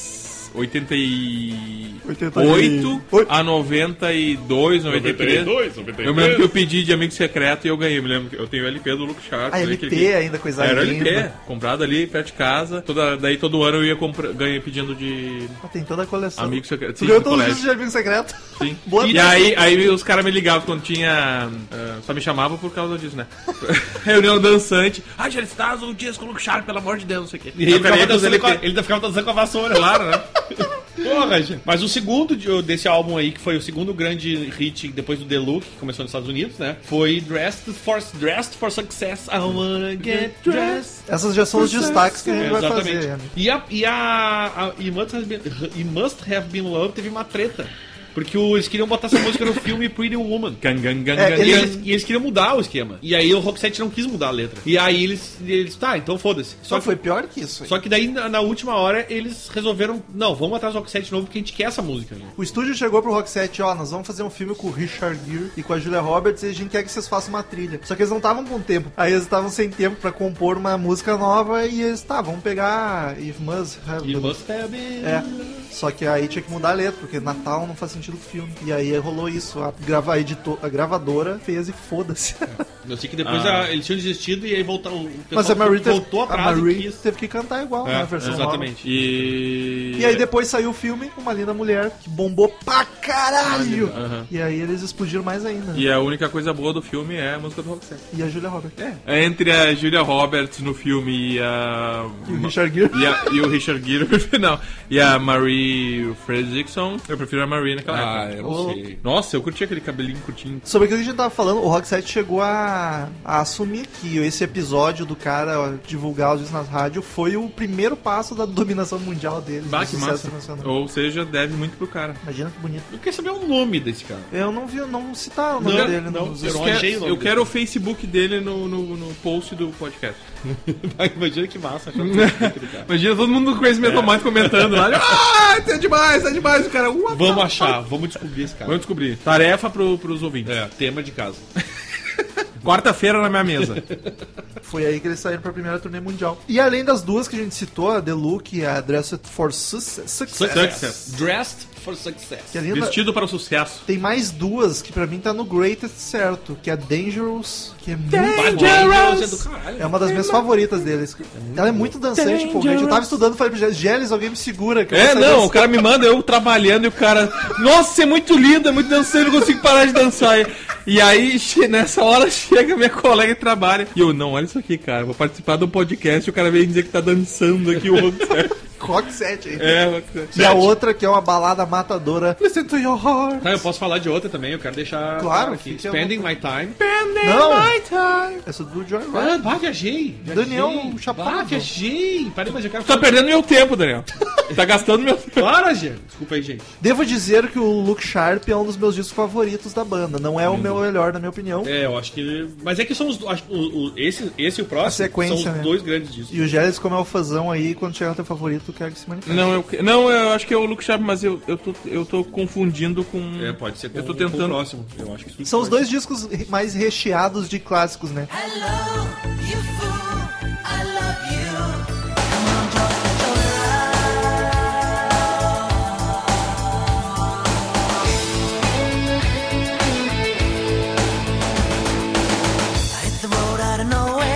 [SPEAKER 3] 88
[SPEAKER 1] 88
[SPEAKER 3] a 92, 93.
[SPEAKER 2] 92,
[SPEAKER 3] Eu me lembro que eu pedi de amigo secreto e eu ganhei. Eu me lembro que eu tenho o LP do Luke Sharp.
[SPEAKER 1] A
[SPEAKER 3] né,
[SPEAKER 1] LP
[SPEAKER 3] que-
[SPEAKER 1] ainda, coisa
[SPEAKER 3] Era
[SPEAKER 1] linda.
[SPEAKER 3] LP, comprado ali perto de casa. Toda, daí todo ano eu ia compra, ganhei pedindo de
[SPEAKER 1] Ah, Tem toda a coleção.
[SPEAKER 3] amigo secreto.
[SPEAKER 1] Tu
[SPEAKER 3] Sim,
[SPEAKER 1] ganhou
[SPEAKER 3] do
[SPEAKER 1] todos os
[SPEAKER 3] colégio.
[SPEAKER 1] discos de amigo secreto?
[SPEAKER 3] Sim.
[SPEAKER 1] Boa
[SPEAKER 3] e
[SPEAKER 1] tarde.
[SPEAKER 3] aí, aí os caras me ligavam quando tinha. ah, só me chamavam por causa disso, né? Reunião dançante. Ah, já está o disco Luke Sharp, pelo amor de Deus, não sei o quê.
[SPEAKER 2] E ele,
[SPEAKER 3] Eu
[SPEAKER 2] ficava
[SPEAKER 3] peraí, dos
[SPEAKER 2] dançando com a,
[SPEAKER 3] LP.
[SPEAKER 2] ele ainda ficava dançando com a vassoura, claro, né? Porra, gente. Mas o segundo de- desse álbum aí, que foi o segundo grande hit depois do The Look, que começou nos Estados Unidos, né? Foi Dressed for, Dressed for Success. I wanna get dressed
[SPEAKER 1] Essas já são os destaques que a gente
[SPEAKER 2] É,
[SPEAKER 1] vai
[SPEAKER 2] exatamente.
[SPEAKER 1] fazer. né? Andy.
[SPEAKER 2] E a, e a, a e must have been, e Must Have Been Love teve uma treta. Porque o- eles queriam botar essa música no filme Pretty Woman.
[SPEAKER 3] Gang, gang, gang,
[SPEAKER 1] É,
[SPEAKER 2] E
[SPEAKER 3] gang,
[SPEAKER 1] ele-
[SPEAKER 3] gang.
[SPEAKER 2] eles, e eles queriam mudar o esquema. E aí o Rockset não quis mudar a letra. E aí eles, eles tá, então foda-se.
[SPEAKER 1] Só
[SPEAKER 2] Só
[SPEAKER 1] que
[SPEAKER 2] que,
[SPEAKER 1] foi pior que isso. aí.
[SPEAKER 2] só que daí, na, na última hora, eles resolveram, não, vamos atrás do Rockset novo porque a gente quer essa música. né?
[SPEAKER 1] O estúdio chegou pro Rock 7, ó, nós vamos fazer um filme com o Richard Gere e com a Julia Roberts e a gente quer que vocês façam uma trilha. Só que eles não estavam com tempo. Aí eles estavam sem tempo pra compor uma música nova e eles, tá, vamos pegar If Must Have...
[SPEAKER 2] E Must Have Been...
[SPEAKER 1] É, só que aí tinha que mudar a letra, porque Natal não faz sentido com o filme. E aí rolou isso, a, grava, a, edito- a gravadora fez e foda-se.
[SPEAKER 2] Eu sei que depois
[SPEAKER 3] Ah.
[SPEAKER 2] a- eles tinham desistido e aí voltaram, o É, pessoal
[SPEAKER 1] Mas a Marie, teve,
[SPEAKER 2] voltou
[SPEAKER 1] a
[SPEAKER 2] atrás
[SPEAKER 1] Marie
[SPEAKER 2] e quis. É,
[SPEAKER 1] teve que cantar igual na versão nova.
[SPEAKER 2] Exatamente.
[SPEAKER 3] E...
[SPEAKER 1] E aí depois saiu o filme Uma Linda Mulher, que bombou pra caralho.
[SPEAKER 3] Aham.
[SPEAKER 1] E aí eles explodiram mais ainda. né?
[SPEAKER 3] E a única coisa boa do filme é a música do Roxette.
[SPEAKER 1] E a Julia Roberts. É.
[SPEAKER 3] Entre a Julia Roberts no filme e a...
[SPEAKER 1] E o Richard Gere.
[SPEAKER 3] E, a- e o Richard Gere no final. E a Marie Fredrickson, eu prefiro a Marie naquela época.
[SPEAKER 2] Ah, eu não sei.
[SPEAKER 3] Nossa, eu curti aquele cabelinho curtinho.
[SPEAKER 1] Sobre aquilo que a gente tava falando, o Rock 7 chegou a, a assumir que esse episódio do cara ó, divulgar os discos nas rádios foi o primeiro passo da dominação mundial deles.
[SPEAKER 3] Bah,
[SPEAKER 1] do
[SPEAKER 3] Ah, que
[SPEAKER 1] sucesso
[SPEAKER 3] massa.
[SPEAKER 1] internacional.
[SPEAKER 3] Ou seja, deve muito pro cara.
[SPEAKER 1] Imagina que bonito.
[SPEAKER 2] Eu queria saber o nome desse cara.
[SPEAKER 1] Eu não vi, não citaram o nome
[SPEAKER 2] Não,
[SPEAKER 1] dele
[SPEAKER 2] não,
[SPEAKER 1] nos
[SPEAKER 2] eu
[SPEAKER 3] Eu,
[SPEAKER 2] não
[SPEAKER 1] discos.
[SPEAKER 2] achei o
[SPEAKER 3] quero,
[SPEAKER 2] nome
[SPEAKER 3] eu
[SPEAKER 2] dele.
[SPEAKER 3] quero o Facebook dele no, no, no post do podcast.
[SPEAKER 2] Imagina que massa. achar o nome do cara.
[SPEAKER 3] Imagina todo mundo
[SPEAKER 2] É,
[SPEAKER 3] com esse Metal Mind comentando lá. Ah, isso é demais, isso é demais. O cara, "What
[SPEAKER 2] Vamos
[SPEAKER 3] the
[SPEAKER 2] achar, vamos descobrir esse cara.
[SPEAKER 3] Vamos descobrir. Tarefa pro, pros ouvintes.
[SPEAKER 2] É, tema de casa.
[SPEAKER 3] Quarta-feira na minha mesa.
[SPEAKER 1] Foi aí que eles saíram pra primeira turnê mundial. E além das duas que a gente citou, a The Look e a Dress for Success.
[SPEAKER 3] Success.
[SPEAKER 2] Dressed for Success.
[SPEAKER 1] Que ainda-
[SPEAKER 3] Vestido para o sucesso.
[SPEAKER 1] Tem mais duas que pra mim tá no Greatest certo, que é Dangerous, que é muito boa.
[SPEAKER 2] Vai, Dangerous é do caralho.
[SPEAKER 1] É uma das minhas favoritas deles. Ela é muito dançante, pô. gente. Eu tava estudando e falei pro Gélis, Gélis, alguém me segura. que eu vou
[SPEAKER 3] É,
[SPEAKER 1] sair
[SPEAKER 3] não,
[SPEAKER 1] dessa.
[SPEAKER 3] o cara me manda, eu trabalhando e o cara. Nossa, você é muito linda, muito dançante, eu não consigo parar de dançar. E aí, che- nessa hora, chega minha colega e trabalha. E eu, não, olha isso aqui, cara, vou participar de um podcast e o cara vem dizer que tá dançando aqui o outro.
[SPEAKER 1] Rock 7 aí.
[SPEAKER 3] É,
[SPEAKER 1] E a outra que é uma balada matadora. Listen to your heart.
[SPEAKER 2] Tá, eu posso falar de outra também, eu quero deixar.
[SPEAKER 1] Claro,
[SPEAKER 2] aqui.
[SPEAKER 1] fique à
[SPEAKER 2] Spending My Time.
[SPEAKER 1] Não, essa é do Joyride.
[SPEAKER 2] Ah, bah, viajei. viajei.
[SPEAKER 1] Daniel Chapado.
[SPEAKER 2] Bah, viajei. Parei, mas eu quero
[SPEAKER 3] Tá perdendo meu tempo, Daniel. Tá gastando meu tempo.
[SPEAKER 2] Para, gente. Desculpa aí, gente.
[SPEAKER 1] Devo dizer que o Look Sharp é um dos meus discos favoritos da banda. Não é o meu melhor, na minha opinião.
[SPEAKER 2] É, eu acho que. Mas é que são os. acho- o- o- esse, esse e o
[SPEAKER 1] A
[SPEAKER 2] próximo
[SPEAKER 1] sequência,
[SPEAKER 2] são os
[SPEAKER 1] né?
[SPEAKER 2] dois grandes discos.
[SPEAKER 1] E o Gélis, como é o fãzão aí, quando chegar no teu favorito, quer que se manifeste.
[SPEAKER 3] Não eu, que- não, eu acho que é o Luke Sharp, mas eu, eu, tô, eu tô confundindo com.
[SPEAKER 2] É, pode ser com,
[SPEAKER 3] Eu tô
[SPEAKER 2] com o
[SPEAKER 3] tentando.
[SPEAKER 2] próximo. Eu acho que
[SPEAKER 1] São os dois discos re- mais recheados de clássicos, né?
[SPEAKER 6] Hello, you fool. I love you. Come on, join the joyride. I hit the road out of nowhere.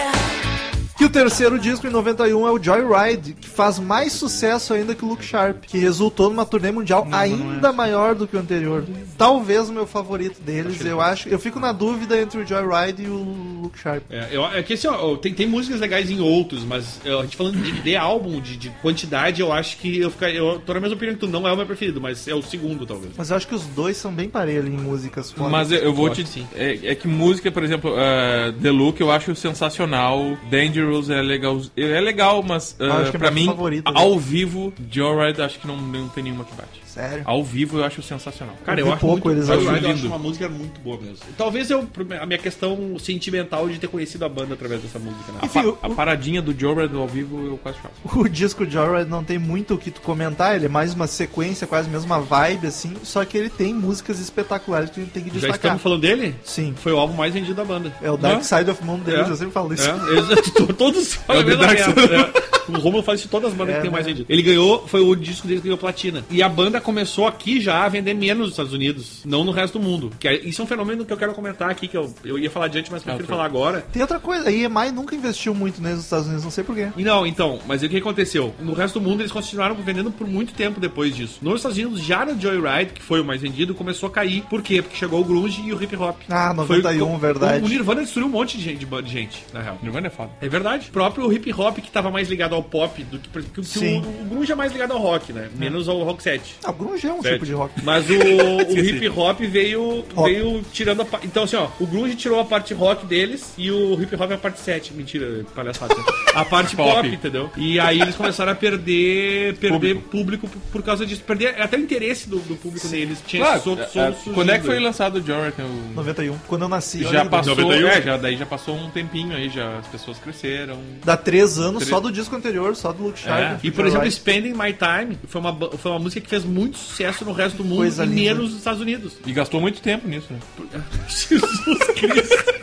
[SPEAKER 1] Que o terceiro disco em 91 é o Joyride, que faz mais sucesso ainda que o Look Sharp, que resultou numa turnê mundial ainda maior do que o anterior. Talvez o meu favorito deles, eu acho. Eu fico na dúvida entre o Joyride e o Look Sharp.
[SPEAKER 2] É, eu, é que assim, ó, tem, tem músicas legais em outros, mas ó, a gente falando de, de álbum, de, de quantidade, eu acho que eu ficar. Eu tô na mesma opinião que tu, não é o meu preferido, mas é o segundo, talvez.
[SPEAKER 1] Mas eu acho que os dois são bem parelhos em músicas fodas.
[SPEAKER 3] Mas eu, eu vou
[SPEAKER 2] Eu
[SPEAKER 3] te.
[SPEAKER 2] acho que sim.
[SPEAKER 3] É, é que música, por exemplo, eh, The Look eu acho sensacional. Dangerous é legal. É legal, mas eh,
[SPEAKER 1] Eu acho que é
[SPEAKER 3] pra
[SPEAKER 1] minha
[SPEAKER 3] mim,
[SPEAKER 1] favorita,
[SPEAKER 3] ao vivo, Joyride acho que não, não tem nenhuma que bate.
[SPEAKER 1] Sério.
[SPEAKER 3] Ao vivo eu acho sensacional.
[SPEAKER 2] Cara, eu,
[SPEAKER 1] vi
[SPEAKER 2] acho
[SPEAKER 1] pouco
[SPEAKER 2] muito,
[SPEAKER 1] eles,
[SPEAKER 2] eu,
[SPEAKER 1] eu
[SPEAKER 2] acho
[SPEAKER 3] acho lindo.
[SPEAKER 2] uma música muito boa mesmo. Talvez eu a minha questão sentimental de ter conhecido a banda através dessa música, né?
[SPEAKER 3] A,
[SPEAKER 1] Enfim,
[SPEAKER 3] pa-
[SPEAKER 1] o-
[SPEAKER 3] a paradinha do Joyride ao vivo eu quase faço.
[SPEAKER 1] O disco Joyride não tem muito o que tu comentar, ele é mais uma sequência, quase mesmo uma vibe, assim, só que ele tem músicas espetaculares que a gente tem que
[SPEAKER 2] Já
[SPEAKER 1] destacar.
[SPEAKER 2] estamos falando dele?
[SPEAKER 1] Sim.
[SPEAKER 2] Foi o álbum mais vendido da banda.
[SPEAKER 1] É o Dark Side of Moon deles, eu sempre falo isso.
[SPEAKER 2] É, eles- to- todos falam
[SPEAKER 3] É
[SPEAKER 2] a
[SPEAKER 3] o
[SPEAKER 2] mesma
[SPEAKER 3] The Dark
[SPEAKER 2] merda, né? O Romulo faz isso em todas as bandas
[SPEAKER 1] É,
[SPEAKER 2] que tem mais
[SPEAKER 1] né?
[SPEAKER 2] vendido. Ele ganhou, foi o disco dele que ganhou platina. E a banda começou aqui já a vender menos nos Estados Unidos, não no resto do mundo. Que é- isso é um fenômeno que eu quero comentar aqui, que eu, eu ia falar adiante, mas prefiro
[SPEAKER 3] tá.
[SPEAKER 2] falar agora.
[SPEAKER 1] Tem outra coisa, a EMI nunca investiu muito neles nos Estados Unidos, não sei porquê.
[SPEAKER 2] E Não, então, mas o que aconteceu? No resto do mundo eles continuaram vendendo por muito tempo depois disso. Nos Estados Unidos, já no Joyride, que foi o mais vendido, começou a cair. Por quê? Porque chegou o grunge e o hip hop.
[SPEAKER 1] Ah, 91,
[SPEAKER 2] o- um
[SPEAKER 1] verdade.
[SPEAKER 2] O, o Nirvana destruiu um monte de gente, de ba- de gente, na real.
[SPEAKER 3] Nirvana é foda.
[SPEAKER 2] É verdade. O próprio hip hop que tava mais ligado ao ao pop do que, por exemplo, que
[SPEAKER 1] Sim.
[SPEAKER 2] o, o grunge é mais ligado ao rock, né? Menos ao rock set.
[SPEAKER 1] Ah, o grunge é um
[SPEAKER 2] Certo.
[SPEAKER 1] tipo de rock.
[SPEAKER 2] Mas o, o
[SPEAKER 3] Esqueci.
[SPEAKER 2] hip hop veio,
[SPEAKER 1] Rock.
[SPEAKER 2] veio tirando a parte. Então, assim, ó, o Grunge tirou a parte rock deles e o hip hop é a parte 7. Mentira, palhaçada. A parte pop.
[SPEAKER 3] Pop.
[SPEAKER 2] entendeu? E aí eles começaram a perder, perder público, por, por causa disso. Perder até o interesse do, do público neles. Tinha um
[SPEAKER 3] Claro,
[SPEAKER 2] som-
[SPEAKER 3] é,
[SPEAKER 2] som
[SPEAKER 3] é,
[SPEAKER 2] surgindo.
[SPEAKER 3] quando é que foi lançado o Jonathan? O-
[SPEAKER 1] 91. Quando eu nasci, olha
[SPEAKER 3] Já
[SPEAKER 1] que
[SPEAKER 3] passou,
[SPEAKER 2] 91?
[SPEAKER 3] é, já, daí já passou um tempinho aí, já as pessoas cresceram.
[SPEAKER 1] Dá três anos
[SPEAKER 3] Três.
[SPEAKER 1] só do disco anterior, só do Luke Sharp. do
[SPEAKER 2] É. E, por
[SPEAKER 1] Future
[SPEAKER 2] exemplo,
[SPEAKER 1] Light.
[SPEAKER 2] Spending My Time foi uma, ba- foi uma música que fez muito sucesso no resto do mundo
[SPEAKER 1] Coisa
[SPEAKER 2] e
[SPEAKER 1] linda.
[SPEAKER 2] menos nos Estados Unidos.
[SPEAKER 3] E gastou muito tempo nisso, né?
[SPEAKER 2] Jesus Cristo.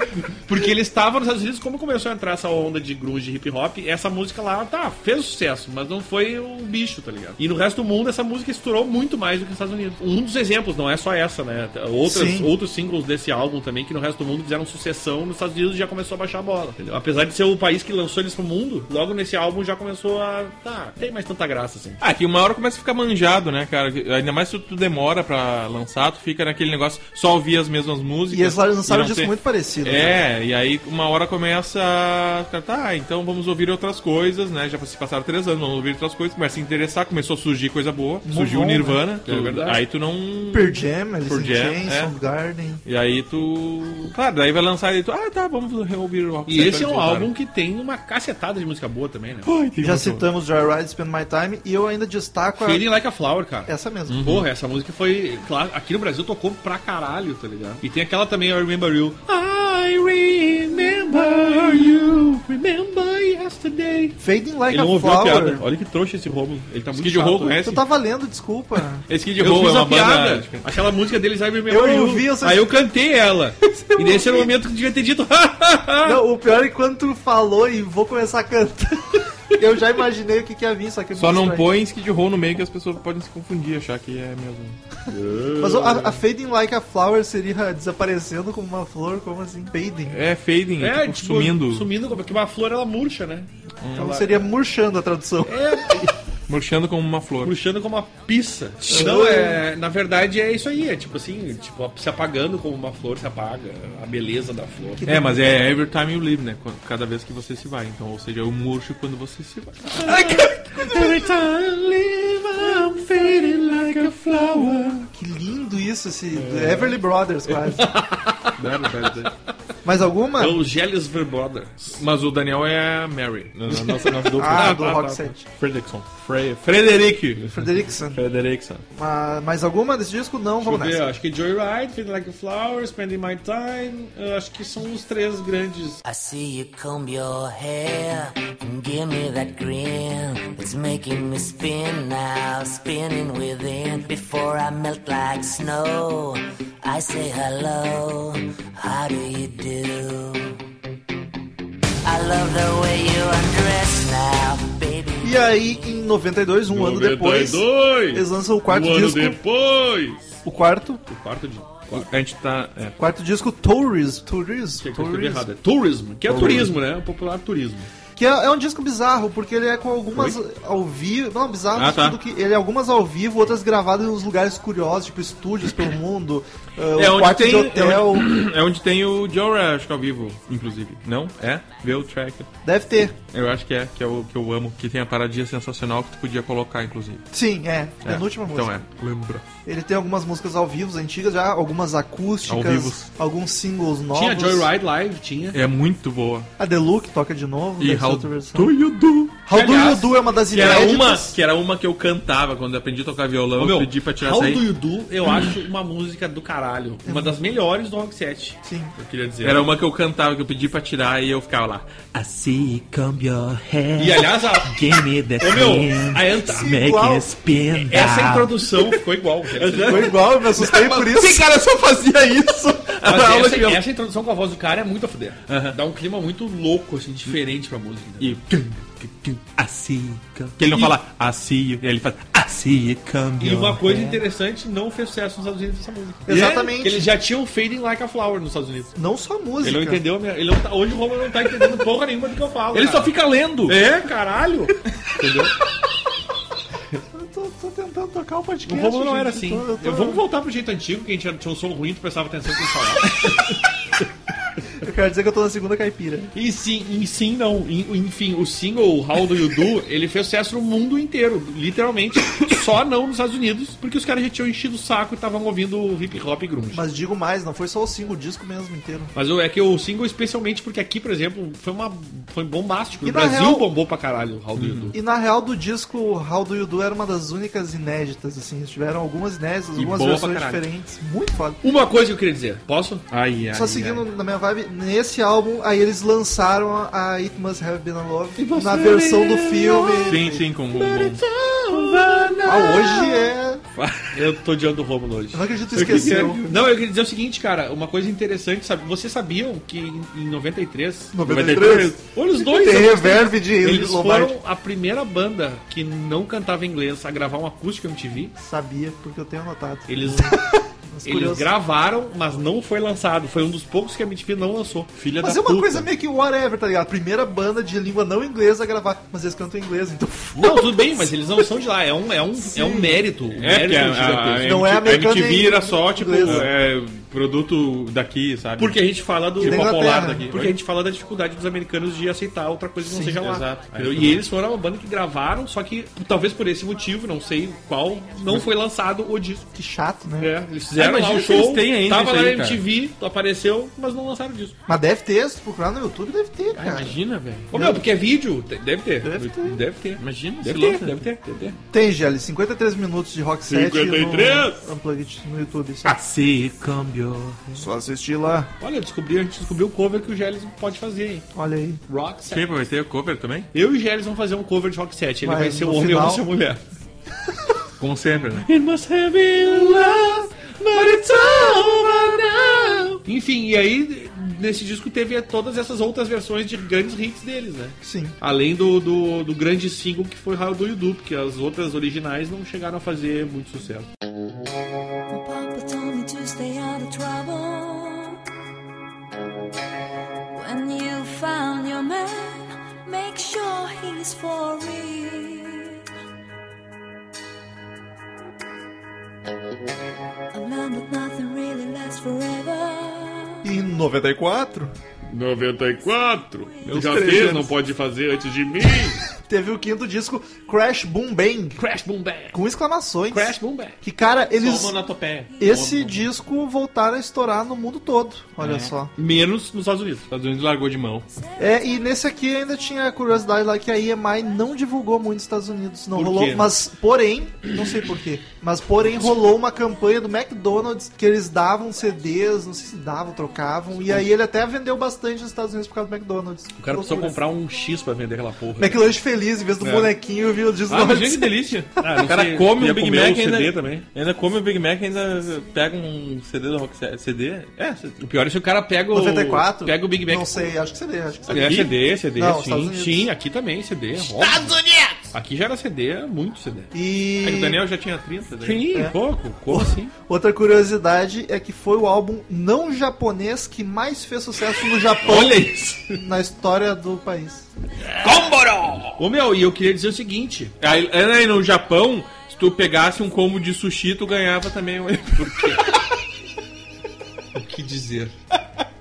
[SPEAKER 2] Porque ele estava nos Estados Unidos, como começou a entrar essa onda de grunge e hip hop, essa música lá, tá, fez sucesso, mas não foi o bicho, tá ligado? E no resto do mundo, essa música estourou muito mais do que nos Estados Unidos. Um dos exemplos, não é só essa, né? Outras,
[SPEAKER 1] Sim.
[SPEAKER 2] outros singles desse álbum também, que no resto do mundo fizeram sucessão, nos Estados Unidos já começou a baixar a bola, entendeu? Apesar de ser o país que lançou eles pro mundo, logo nesse álbum já começou a. Tá, tem mais tanta graça assim.
[SPEAKER 3] Ah, que uma hora começa a ficar manjado, né, cara? Ainda mais se tu demora pra lançar, tu fica naquele negócio, só ouvir as mesmas músicas.
[SPEAKER 1] E eles lançaram
[SPEAKER 3] e
[SPEAKER 1] um
[SPEAKER 3] não
[SPEAKER 1] disco
[SPEAKER 3] ter-
[SPEAKER 1] muito parecido. né?
[SPEAKER 3] É, e aí uma hora começa a ficar, tá, então vamos ouvir outras coisas, né? Já se passaram três anos, vamos ouvir outras coisas, começa a se interessar, começou a surgir coisa boa, surgiu o
[SPEAKER 1] bom, né?
[SPEAKER 3] Nirvana,
[SPEAKER 2] É
[SPEAKER 3] tu-
[SPEAKER 2] verdade.
[SPEAKER 3] aí tu não.
[SPEAKER 1] Pearl Jam, Alice
[SPEAKER 3] Pearl
[SPEAKER 1] in
[SPEAKER 3] Jam,
[SPEAKER 1] Chains,
[SPEAKER 3] é.
[SPEAKER 1] Soundgarden.
[SPEAKER 3] E aí tu. Claro, daí vai lançar e tu, ah, tá, vamos reouvir o álbum.
[SPEAKER 2] E esse é um álbum que tem uma cacetada de música boa também, né?
[SPEAKER 1] Já citamos Joyride, Spend My Time. E eu ainda destaco a...
[SPEAKER 2] Feeling Like a Flower, cara.
[SPEAKER 1] essa mesmo.
[SPEAKER 2] Porra, essa música foi. Claro, aqui no Brasil tocou pra caralho, tá ligado? E tem aquela também, I Remember You. I remember you, remember yesterday.
[SPEAKER 1] Fading Like
[SPEAKER 2] Ele não
[SPEAKER 1] a
[SPEAKER 2] ouviu a piada.
[SPEAKER 1] Flower.
[SPEAKER 2] Olha que trouxa esse Romulo. Ele tá muito
[SPEAKER 3] Skid Row
[SPEAKER 2] chato.
[SPEAKER 3] conhece?
[SPEAKER 1] Eu tava lendo, desculpa.
[SPEAKER 3] Esse Kid
[SPEAKER 2] Eu
[SPEAKER 3] Row
[SPEAKER 2] fiz
[SPEAKER 3] é uma
[SPEAKER 2] a piada.
[SPEAKER 3] banda.
[SPEAKER 2] Aquela música deles, I Remember
[SPEAKER 1] Eu
[SPEAKER 2] You.
[SPEAKER 1] ouvi essa-
[SPEAKER 2] Aí eu cantei ela. e nesse era o momento que eu devia ter dito.
[SPEAKER 1] não, o pior é que quando tu falou e vou começar a cantar, eu já imaginei o que, que ia vir, só que... é
[SPEAKER 3] Só
[SPEAKER 1] muito
[SPEAKER 3] não
[SPEAKER 1] estranho.
[SPEAKER 3] põe Skid Row no meio que as pessoas podem se confundir, achar que é mesmo.
[SPEAKER 1] Mas a, a Fading Like a Flower seria desaparecendo como uma flor, como assim? Fading.
[SPEAKER 3] É fading,
[SPEAKER 2] é,
[SPEAKER 3] tipo,
[SPEAKER 2] tipo,
[SPEAKER 3] sumindo, Hum.
[SPEAKER 2] Sumindo, porque uma flor ela murcha, né?
[SPEAKER 1] Então seria murchando a tradução.
[SPEAKER 2] É.
[SPEAKER 3] murchando como uma flor.
[SPEAKER 2] murchando como uma pizza. Não, é. Na verdade é isso aí. É tipo assim, tipo, se apagando como uma flor se apaga. A beleza da flor.
[SPEAKER 3] É, mas é every time you leave, né? Quando- Cada vez que você se vai. Então, ou seja, eu murcho quando você se vai.
[SPEAKER 2] Every time I leave, I'm fading like a flower.
[SPEAKER 1] Que lindo isso, esse
[SPEAKER 2] É.
[SPEAKER 1] Everly Brothers quase. Mais alguma?
[SPEAKER 2] É o Gelius Verbrothers.
[SPEAKER 3] Mas o Daniel é a Mary. na- na Nossa, nossa dupla.
[SPEAKER 1] Ah,
[SPEAKER 2] tá,
[SPEAKER 1] do Rock Set.
[SPEAKER 3] Fredrickson. Fre Frederic.
[SPEAKER 1] Frederickson.
[SPEAKER 3] Frederickson.
[SPEAKER 1] Ma- mais alguma desse disco? Não,
[SPEAKER 2] Deixa eu
[SPEAKER 1] vamos
[SPEAKER 2] ver,
[SPEAKER 1] nessa.
[SPEAKER 2] acho que Joyride, Fading Like a Flower, Spending My Time, eu acho que são os três grandes.
[SPEAKER 6] I see you comb your hair and give me that grin. It's making me spin now, spinning within. Before I melt like snow, I say hello. How do you do? I love the way you undress now, baby.
[SPEAKER 1] E aí, em 92, um ano depois, eles lançam o quarto
[SPEAKER 2] um ano
[SPEAKER 1] disco.
[SPEAKER 2] depois.
[SPEAKER 1] O quarto,
[SPEAKER 2] O quarto de.
[SPEAKER 3] A gente tá. É.
[SPEAKER 1] quarto disco, Tourism. Tourism.
[SPEAKER 2] Tinha que eu escrevi errado. É tourism, que é turismo, né? O popular turismo.
[SPEAKER 1] Que é, é um disco bizarro, porque ele é com algumas ao vivo. Não, bizarro,
[SPEAKER 3] Ah,
[SPEAKER 1] no
[SPEAKER 3] tá.
[SPEAKER 1] sentido que ele é algumas ao vivo, outras gravadas em uns lugares curiosos, tipo estúdios pelo mundo, uh,
[SPEAKER 3] É
[SPEAKER 1] um
[SPEAKER 3] onde
[SPEAKER 1] quarto
[SPEAKER 3] tem-
[SPEAKER 1] de hotel.
[SPEAKER 3] É onde tem o Joe acho que é ao vivo, inclusive. Não? É? Vê o track.
[SPEAKER 1] Deve ter.
[SPEAKER 3] Eu acho que é, que é o que eu amo. Que tem a paradinha sensacional que tu podia colocar, inclusive.
[SPEAKER 1] Sim, é. Penúltima música.
[SPEAKER 3] Então é. Lembra.
[SPEAKER 1] Ele tem algumas músicas ao vivo, antigas já, algumas acústicas,
[SPEAKER 3] Ao vivos.
[SPEAKER 1] alguns singles novos.
[SPEAKER 2] Tinha Joyride Live, tinha.
[SPEAKER 3] É muito boa.
[SPEAKER 1] A Deluxe toca de novo.
[SPEAKER 3] E
[SPEAKER 1] deve ser
[SPEAKER 3] How
[SPEAKER 1] outra versão.
[SPEAKER 3] do you do?
[SPEAKER 1] How Do You
[SPEAKER 2] Aliás,
[SPEAKER 1] Do é uma das
[SPEAKER 3] Que era,
[SPEAKER 1] inéditas.
[SPEAKER 3] uma, que era uma que eu cantava quando eu aprendi a tocar violão.
[SPEAKER 2] Ô,
[SPEAKER 3] eu
[SPEAKER 2] meu,
[SPEAKER 3] pedi pra tirar
[SPEAKER 2] How
[SPEAKER 3] essa aí.
[SPEAKER 2] Do You Do, eu acho uma música do caralho. Uma das melhores do Rock 7.
[SPEAKER 1] É Sim.
[SPEAKER 2] Eu queria dizer.
[SPEAKER 3] Era um uma que eu cantava, que eu pedi pra tirar e eu ficava lá.
[SPEAKER 7] I see you comb your hair.
[SPEAKER 2] E aliás, a...
[SPEAKER 3] Ah.
[SPEAKER 7] Give me that
[SPEAKER 2] Ô, meu,
[SPEAKER 7] grin.
[SPEAKER 2] a enta-
[SPEAKER 7] Make
[SPEAKER 1] Igual.
[SPEAKER 7] it spin
[SPEAKER 2] essa é
[SPEAKER 7] down.
[SPEAKER 2] introdução ficou igual.
[SPEAKER 1] Foi igual, eu me assustei por isso.
[SPEAKER 3] cara, eu só fazia isso.
[SPEAKER 2] Mas
[SPEAKER 3] Na aula
[SPEAKER 2] essa,
[SPEAKER 3] de violão.
[SPEAKER 2] essa introdução com a voz do cara é muito a fuder. Dá um clima muito louco, assim, diferente pra música. entendeu?
[SPEAKER 3] E
[SPEAKER 7] I see you comb-
[SPEAKER 3] que ele não fala assim, ele faz
[SPEAKER 7] I
[SPEAKER 3] assim,
[SPEAKER 7] see you comb
[SPEAKER 2] E
[SPEAKER 7] your
[SPEAKER 2] uma
[SPEAKER 3] é.
[SPEAKER 2] coisa
[SPEAKER 7] hair.
[SPEAKER 2] interessante, não fez sucesso nos Estados Unidos essa música.
[SPEAKER 1] É? Exatamente.
[SPEAKER 2] Que eles já tinham Fading Like a Flower nos Estados Unidos.
[SPEAKER 1] Não só música.
[SPEAKER 2] Ele não entendeu a minha... Ele não tá... Hoje o Romulo não tá entendendo porra nenhuma do que eu falo.
[SPEAKER 3] Ele
[SPEAKER 2] cara.
[SPEAKER 3] só fica lendo.
[SPEAKER 2] É, caralho. Entendeu?
[SPEAKER 1] Eu tô, tô tentando tocar o
[SPEAKER 2] O
[SPEAKER 1] podcast.
[SPEAKER 2] Romulo não
[SPEAKER 1] gente,
[SPEAKER 2] era
[SPEAKER 1] eu
[SPEAKER 2] assim.
[SPEAKER 1] tô- eu tô-
[SPEAKER 2] Vamos voltar pro jeito antigo, que a gente tinha um som ruim, tu prestava atenção no que a gente falava.
[SPEAKER 1] Quero dizer que eu tô na segunda caipira.
[SPEAKER 2] E sim, e sim não. E, Enfim, o single How Do You Do, ele fez sucesso no mundo inteiro, literalmente. Só não nos Estados Unidos, porque os caras já tinham enchido o saco e estavam ouvindo hip hop e grunge. Mas...
[SPEAKER 1] Mas digo mais, não foi só o single, o disco mesmo inteiro.
[SPEAKER 2] o- é que o single, especialmente porque aqui, por exemplo, foi uma foi bombástico.
[SPEAKER 1] E
[SPEAKER 2] o
[SPEAKER 1] na
[SPEAKER 2] Brasil
[SPEAKER 1] real-
[SPEAKER 2] bombou pra caralho o How Do You Do.
[SPEAKER 1] E na real do disco, How Do You Do era uma das únicas inéditas, assim. Eles tiveram algumas inéditas, algumas
[SPEAKER 2] boa pra
[SPEAKER 1] versões
[SPEAKER 2] caralho.
[SPEAKER 1] diferentes. Muito foda.
[SPEAKER 2] Uma coisa que eu queria dizer, posso? Ai, ai,
[SPEAKER 1] Só seguindo na minha vibe, nesse álbum, aí eles lançaram a It Must Have Been a Love na versão do filme.
[SPEAKER 3] Sim, sim, com com- com-
[SPEAKER 1] Ah, hoje é.
[SPEAKER 2] ai. Eu tô odiando o Romulo hoje.
[SPEAKER 1] Eu não acredito que
[SPEAKER 2] Eu queria-
[SPEAKER 1] esqueceu.
[SPEAKER 2] Não, eu queria dizer o seguinte, cara, uma coisa interessante, sabe? Vocês sabiam que em em 93,
[SPEAKER 1] 93?
[SPEAKER 2] olha os dois,
[SPEAKER 1] Tem reverb de
[SPEAKER 2] eles
[SPEAKER 1] Lombardi.
[SPEAKER 2] foram a primeira banda que não cantava inglês a gravar um acústico MTV.
[SPEAKER 1] Sabia, porque eu tenho anotado.
[SPEAKER 2] Eles,
[SPEAKER 1] Mas
[SPEAKER 2] eles
[SPEAKER 1] curioso.
[SPEAKER 2] gravaram, mas não foi lançado. Foi um dos poucos que a MTV não lançou. Filha
[SPEAKER 1] Mas é
[SPEAKER 2] da
[SPEAKER 1] uma
[SPEAKER 2] puta.
[SPEAKER 1] coisa meio que whatever, tá ligado? Primeira banda de língua não inglesa a gravar, mas eles cantam em inglês, então
[SPEAKER 2] Não, tudo bem, mas eles não são de lá. É um, é um, é um mérito. Um
[SPEAKER 3] É,
[SPEAKER 2] mérito
[SPEAKER 3] porque a, a,
[SPEAKER 2] gigantesco.
[SPEAKER 3] a,
[SPEAKER 1] Não é
[SPEAKER 3] MTV
[SPEAKER 1] americana, é
[SPEAKER 3] era só, tipo,
[SPEAKER 1] inglesa.
[SPEAKER 3] é, produto daqui, sabe?
[SPEAKER 2] Porque a gente fala do
[SPEAKER 1] Da
[SPEAKER 2] popular
[SPEAKER 1] Inglaterra.
[SPEAKER 2] daqui. Porque a gente fala da dificuldade dos americanos de aceitar outra coisa que não
[SPEAKER 1] Sim,
[SPEAKER 2] seja lá.
[SPEAKER 3] exato.
[SPEAKER 2] entendeu? E eles foram uma banda que gravaram, só que talvez por esse motivo, não sei qual, não foi lançado o disco.
[SPEAKER 1] que chato, né?
[SPEAKER 2] É, eles fizeram
[SPEAKER 3] Ah,
[SPEAKER 2] lá
[SPEAKER 3] imagina
[SPEAKER 2] o
[SPEAKER 3] se eles
[SPEAKER 2] show,
[SPEAKER 3] têm ainda
[SPEAKER 2] tava
[SPEAKER 3] isso
[SPEAKER 2] lá na
[SPEAKER 3] aí, cara.
[SPEAKER 2] MTV, apareceu, mas não lançaram o disco.
[SPEAKER 1] Mas deve ter, se tu procurar no YouTube, deve ter,
[SPEAKER 3] Ah,
[SPEAKER 1] cara.
[SPEAKER 3] Imagina, velho.
[SPEAKER 2] Ô meu, porque é vídeo, te- deve ter.
[SPEAKER 1] Deve ter.
[SPEAKER 2] Deve ter.
[SPEAKER 3] Imagina,
[SPEAKER 2] Deve
[SPEAKER 3] se
[SPEAKER 2] ter,
[SPEAKER 3] louco.
[SPEAKER 2] deve ter, deve ter.
[SPEAKER 1] Tem, Gelli, 53 minutos de Rock 7
[SPEAKER 3] 53?
[SPEAKER 1] no Unplugged no YouTube. Só,
[SPEAKER 3] Assim,
[SPEAKER 7] Así cambio.
[SPEAKER 1] Ah, só assistir lá.
[SPEAKER 2] Olha, eu descobri, a gente descobriu o cover que o Gélis pode fazer, hein?
[SPEAKER 1] Olha aí.
[SPEAKER 2] Rock set.
[SPEAKER 3] Quem vai ter cover também?
[SPEAKER 2] Eu e o Gélis vamos fazer um cover de Rock set. Ele
[SPEAKER 1] Mas
[SPEAKER 2] vai ser o
[SPEAKER 1] no
[SPEAKER 2] homem ou
[SPEAKER 1] final-
[SPEAKER 2] vai ser a mulher.
[SPEAKER 3] Como sempre, né?
[SPEAKER 2] It must have been love, but it's over now. Enfim, e aí nesse disco teve todas essas outras versões de grandes hits deles, né?
[SPEAKER 1] Sim.
[SPEAKER 2] Além do, do, do grande single que foi How Do You Do, porque as outras originais não chegaram a fazer muito sucesso.
[SPEAKER 6] My papa told me to stay out of trouble. When you found your man, make sure he's for real. I learned that nothing really lasts forever.
[SPEAKER 1] E em 94,
[SPEAKER 2] 94? Eu já
[SPEAKER 1] três
[SPEAKER 2] fiz,
[SPEAKER 1] anos.
[SPEAKER 2] não pode fazer antes de mim.
[SPEAKER 1] teve o quinto disco, Crash Boom Bang,
[SPEAKER 2] Crash Boom Back.
[SPEAKER 1] com exclamações.
[SPEAKER 2] Crash Boom Back.
[SPEAKER 1] Que, cara, eles...
[SPEAKER 2] Só monotopé.
[SPEAKER 1] Esse disco voltaram a estourar no mundo todo, olha só.
[SPEAKER 2] Menos nos Estados Unidos.
[SPEAKER 3] Os Estados Unidos largou de mão.
[SPEAKER 1] É, e nesse aqui ainda tinha a curiosidade lá que a EMI não divulgou muito nos Estados Unidos, não
[SPEAKER 2] Por
[SPEAKER 1] rolou,
[SPEAKER 2] quê?
[SPEAKER 1] mas porém, não sei porquê, mas porém rolou uma campanha do McDonald's que eles davam CDs, não sei se davam, trocavam, e aí ele até vendeu bastante nos Estados Unidos por causa do McDonald's.
[SPEAKER 2] O cara precisou
[SPEAKER 1] Loucura.
[SPEAKER 2] comprar um X pra vender aquela porra.
[SPEAKER 1] McLanche feliz, em vez
[SPEAKER 2] É.
[SPEAKER 1] do bonequinho, viu o disco
[SPEAKER 3] Ah,
[SPEAKER 2] um
[SPEAKER 3] imagina que delícia.
[SPEAKER 2] Ah, não
[SPEAKER 3] o cara
[SPEAKER 2] sei,
[SPEAKER 3] come
[SPEAKER 2] ia
[SPEAKER 3] o Big
[SPEAKER 2] comer
[SPEAKER 3] Mac
[SPEAKER 2] o CD
[SPEAKER 3] ainda,
[SPEAKER 2] também.
[SPEAKER 3] ainda
[SPEAKER 2] um
[SPEAKER 3] come o Big Mac ainda pega um CD do Rock Set- CD? É, CD.
[SPEAKER 2] O pior é se o cara pega o.
[SPEAKER 1] 94?
[SPEAKER 2] Pega o Big Mac.
[SPEAKER 1] Não sei, acho que CD, acho que CD.
[SPEAKER 2] É, CD, CD,
[SPEAKER 1] Não, Estados
[SPEAKER 2] sim,
[SPEAKER 1] Unidos.
[SPEAKER 2] sim, aqui também, é CD. Estados Unidos! Aqui já era CD, muito É. CD.
[SPEAKER 3] É que o
[SPEAKER 1] E
[SPEAKER 3] Daniel já tinha né? 30, daí.
[SPEAKER 2] Sim, pouco, como assim?
[SPEAKER 1] outra curiosidade é que foi o álbum não japonês que mais fez sucesso no Japão
[SPEAKER 2] Olha isso!
[SPEAKER 1] na história do país.
[SPEAKER 2] Ô meu, e eu queria dizer o seguinte:
[SPEAKER 3] Aí, é, aí no Japão, se tu pegasse um combo de sushi, tu ganhava também um. Por quê?
[SPEAKER 2] o que dizer?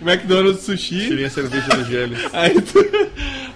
[SPEAKER 3] McDonald's sushi.
[SPEAKER 2] Seria a cerveja do gelo.
[SPEAKER 3] Aí tu,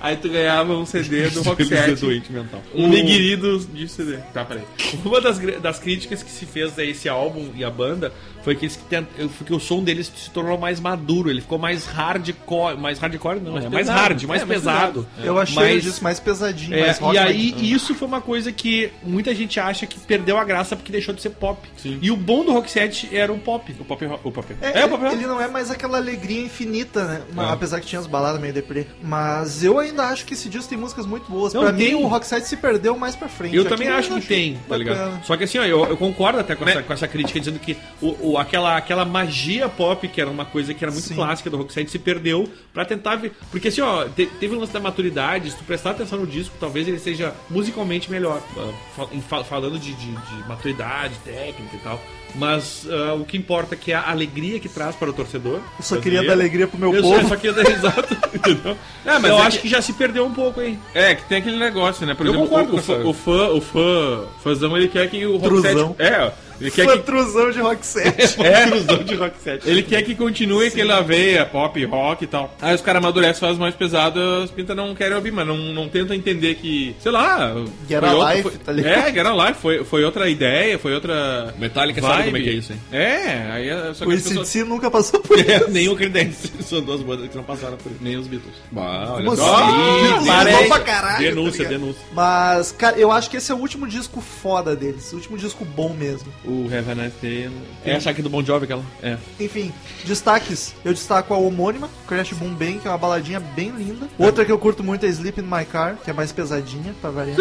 [SPEAKER 3] aí tu ganhava um CD do Rock Set.
[SPEAKER 2] é doente mental.
[SPEAKER 3] Um nigiri do, de CD. Tá, peraí.
[SPEAKER 2] Uma das, gr- das críticas que se fez a esse álbum e a banda foi que, eles que, tent- eu- que o som deles se tornou mais maduro, ele ficou mais hardcore. Mais hardcore não, é mais
[SPEAKER 3] pesado.
[SPEAKER 2] hard, mais
[SPEAKER 3] É, mais
[SPEAKER 2] pesado.
[SPEAKER 1] Eu achei
[SPEAKER 2] Mas-
[SPEAKER 1] o disco mais pesadinho,
[SPEAKER 2] É,
[SPEAKER 1] mais rock.
[SPEAKER 2] e aí,
[SPEAKER 1] mais-
[SPEAKER 2] isso foi uma coisa que muita gente acha que perdeu a graça porque deixou de ser pop. E o bom do Rock Set era o pop. O pop, o pop.
[SPEAKER 1] É,
[SPEAKER 2] É, o É. pop.
[SPEAKER 1] ele não é mais aquela alegria infinita, né? Mas, Apesar que tinha as baladas meio deprê. Mas eu ainda acho que esse disco tem músicas muito boas.
[SPEAKER 2] Não,
[SPEAKER 1] pra
[SPEAKER 2] tem.
[SPEAKER 1] mim, o Rockside se perdeu mais pra frente.
[SPEAKER 2] Eu
[SPEAKER 1] Aqui
[SPEAKER 2] também
[SPEAKER 3] é
[SPEAKER 2] acho que
[SPEAKER 1] achei
[SPEAKER 2] tem, tá
[SPEAKER 1] bacana.
[SPEAKER 2] ligado? Só que assim, ó, eu, eu concordo até com, essa, com essa crítica dizendo que o, o- aquela, aquela magia pop, que era uma coisa que era muito
[SPEAKER 1] Sim.
[SPEAKER 2] clássica do Rocksteady, se perdeu pra tentar ver. Porque assim, ó, te- teve o lance da maturidade, se tu prestar atenção no disco, talvez ele seja musicalmente melhor. ah, fal- em fal- falando de, de- de maturidade, técnica e tal. Mas ah, o que importa é que a alegria que traz para o torcedor.
[SPEAKER 1] Eu só queria dar alegria pro meu
[SPEAKER 2] eu
[SPEAKER 1] povo.
[SPEAKER 2] Só, só queria dar risada. entendeu?
[SPEAKER 3] É, mas
[SPEAKER 2] eu
[SPEAKER 3] é
[SPEAKER 2] acho que...
[SPEAKER 3] que-
[SPEAKER 2] já se perdeu um pouco, hein?
[SPEAKER 3] É, que tem aquele negócio, né? Por
[SPEAKER 2] Eu
[SPEAKER 3] exemplo,
[SPEAKER 2] concordo
[SPEAKER 3] o,
[SPEAKER 2] com
[SPEAKER 3] o fã,
[SPEAKER 2] essa-
[SPEAKER 3] o fã, o fã, o fãzão, ele quer que o Rockset...
[SPEAKER 1] Truzão.
[SPEAKER 3] É, ele quer que...
[SPEAKER 1] Fantruzão de Rock 7.
[SPEAKER 3] É,
[SPEAKER 2] Ilusão de rock set.
[SPEAKER 3] Ele quer que continue aquela veia pop, rock e tal. Aí os caras amadurecem, fazem mais pesado, as pintas não querem ouvir, mas não, não tentam entender que, sei lá.
[SPEAKER 1] Get
[SPEAKER 3] foi
[SPEAKER 1] a
[SPEAKER 3] outra-
[SPEAKER 1] life,
[SPEAKER 3] foi-
[SPEAKER 1] tá ligado?
[SPEAKER 3] É, Get a Life, foi, foi outra ideia, foi outra.
[SPEAKER 2] Metallica
[SPEAKER 3] vibe.
[SPEAKER 2] sabe como é que é isso, hein?
[SPEAKER 3] É, aí é só
[SPEAKER 1] O
[SPEAKER 3] que as
[SPEAKER 1] ICDC
[SPEAKER 3] pessoas.
[SPEAKER 1] nunca passou
[SPEAKER 2] É.
[SPEAKER 1] por isso.
[SPEAKER 2] Nem o Creedence. São duas bandas que não passaram por isso. Nem os Beatles. Bah, olha
[SPEAKER 1] Como
[SPEAKER 2] só.
[SPEAKER 3] Ah,
[SPEAKER 1] assim?
[SPEAKER 2] Ih,
[SPEAKER 1] Parece-
[SPEAKER 2] denúncia,
[SPEAKER 1] pra caralho,
[SPEAKER 2] denúncia,
[SPEAKER 1] tá ligado?
[SPEAKER 2] denúncia.
[SPEAKER 1] Mas, cara, eu acho que esse é o último disco foda deles. O último disco bom mesmo.
[SPEAKER 2] O Have a Nice Day.
[SPEAKER 3] um
[SPEAKER 2] É essa aqui do Bon Jovi, aquela. É.
[SPEAKER 1] Enfim, destaques. Eu destaco a homônima, Crash Boom Bang, que é uma baladinha bem linda. Outra que eu curto muito é Sleep in My Car, que é mais pesadinha, pra variar.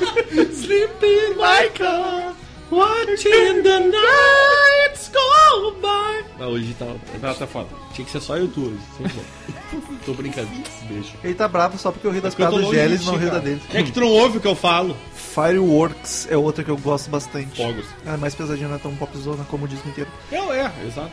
[SPEAKER 2] Sleeping like a watching the nights go by. Não, hoje tá, tá, tá foda. Tinha que ser só YouTube. tô brincando. Beijo.
[SPEAKER 1] Ele tá bravo só porque eu ri das
[SPEAKER 2] É Porque eu
[SPEAKER 1] piadas
[SPEAKER 2] tô
[SPEAKER 1] do
[SPEAKER 2] longe
[SPEAKER 1] Geles
[SPEAKER 2] de
[SPEAKER 1] e
[SPEAKER 2] ti,
[SPEAKER 1] não rio da
[SPEAKER 2] cara.
[SPEAKER 1] dele.
[SPEAKER 2] É que tu não ouve o que eu falo.
[SPEAKER 1] Fireworks é outra que eu gosto bastante.
[SPEAKER 2] Fogos.
[SPEAKER 1] Ela é mais pesadinha, não é tão popzona como o disco inteiro.
[SPEAKER 2] Eu, é, exato.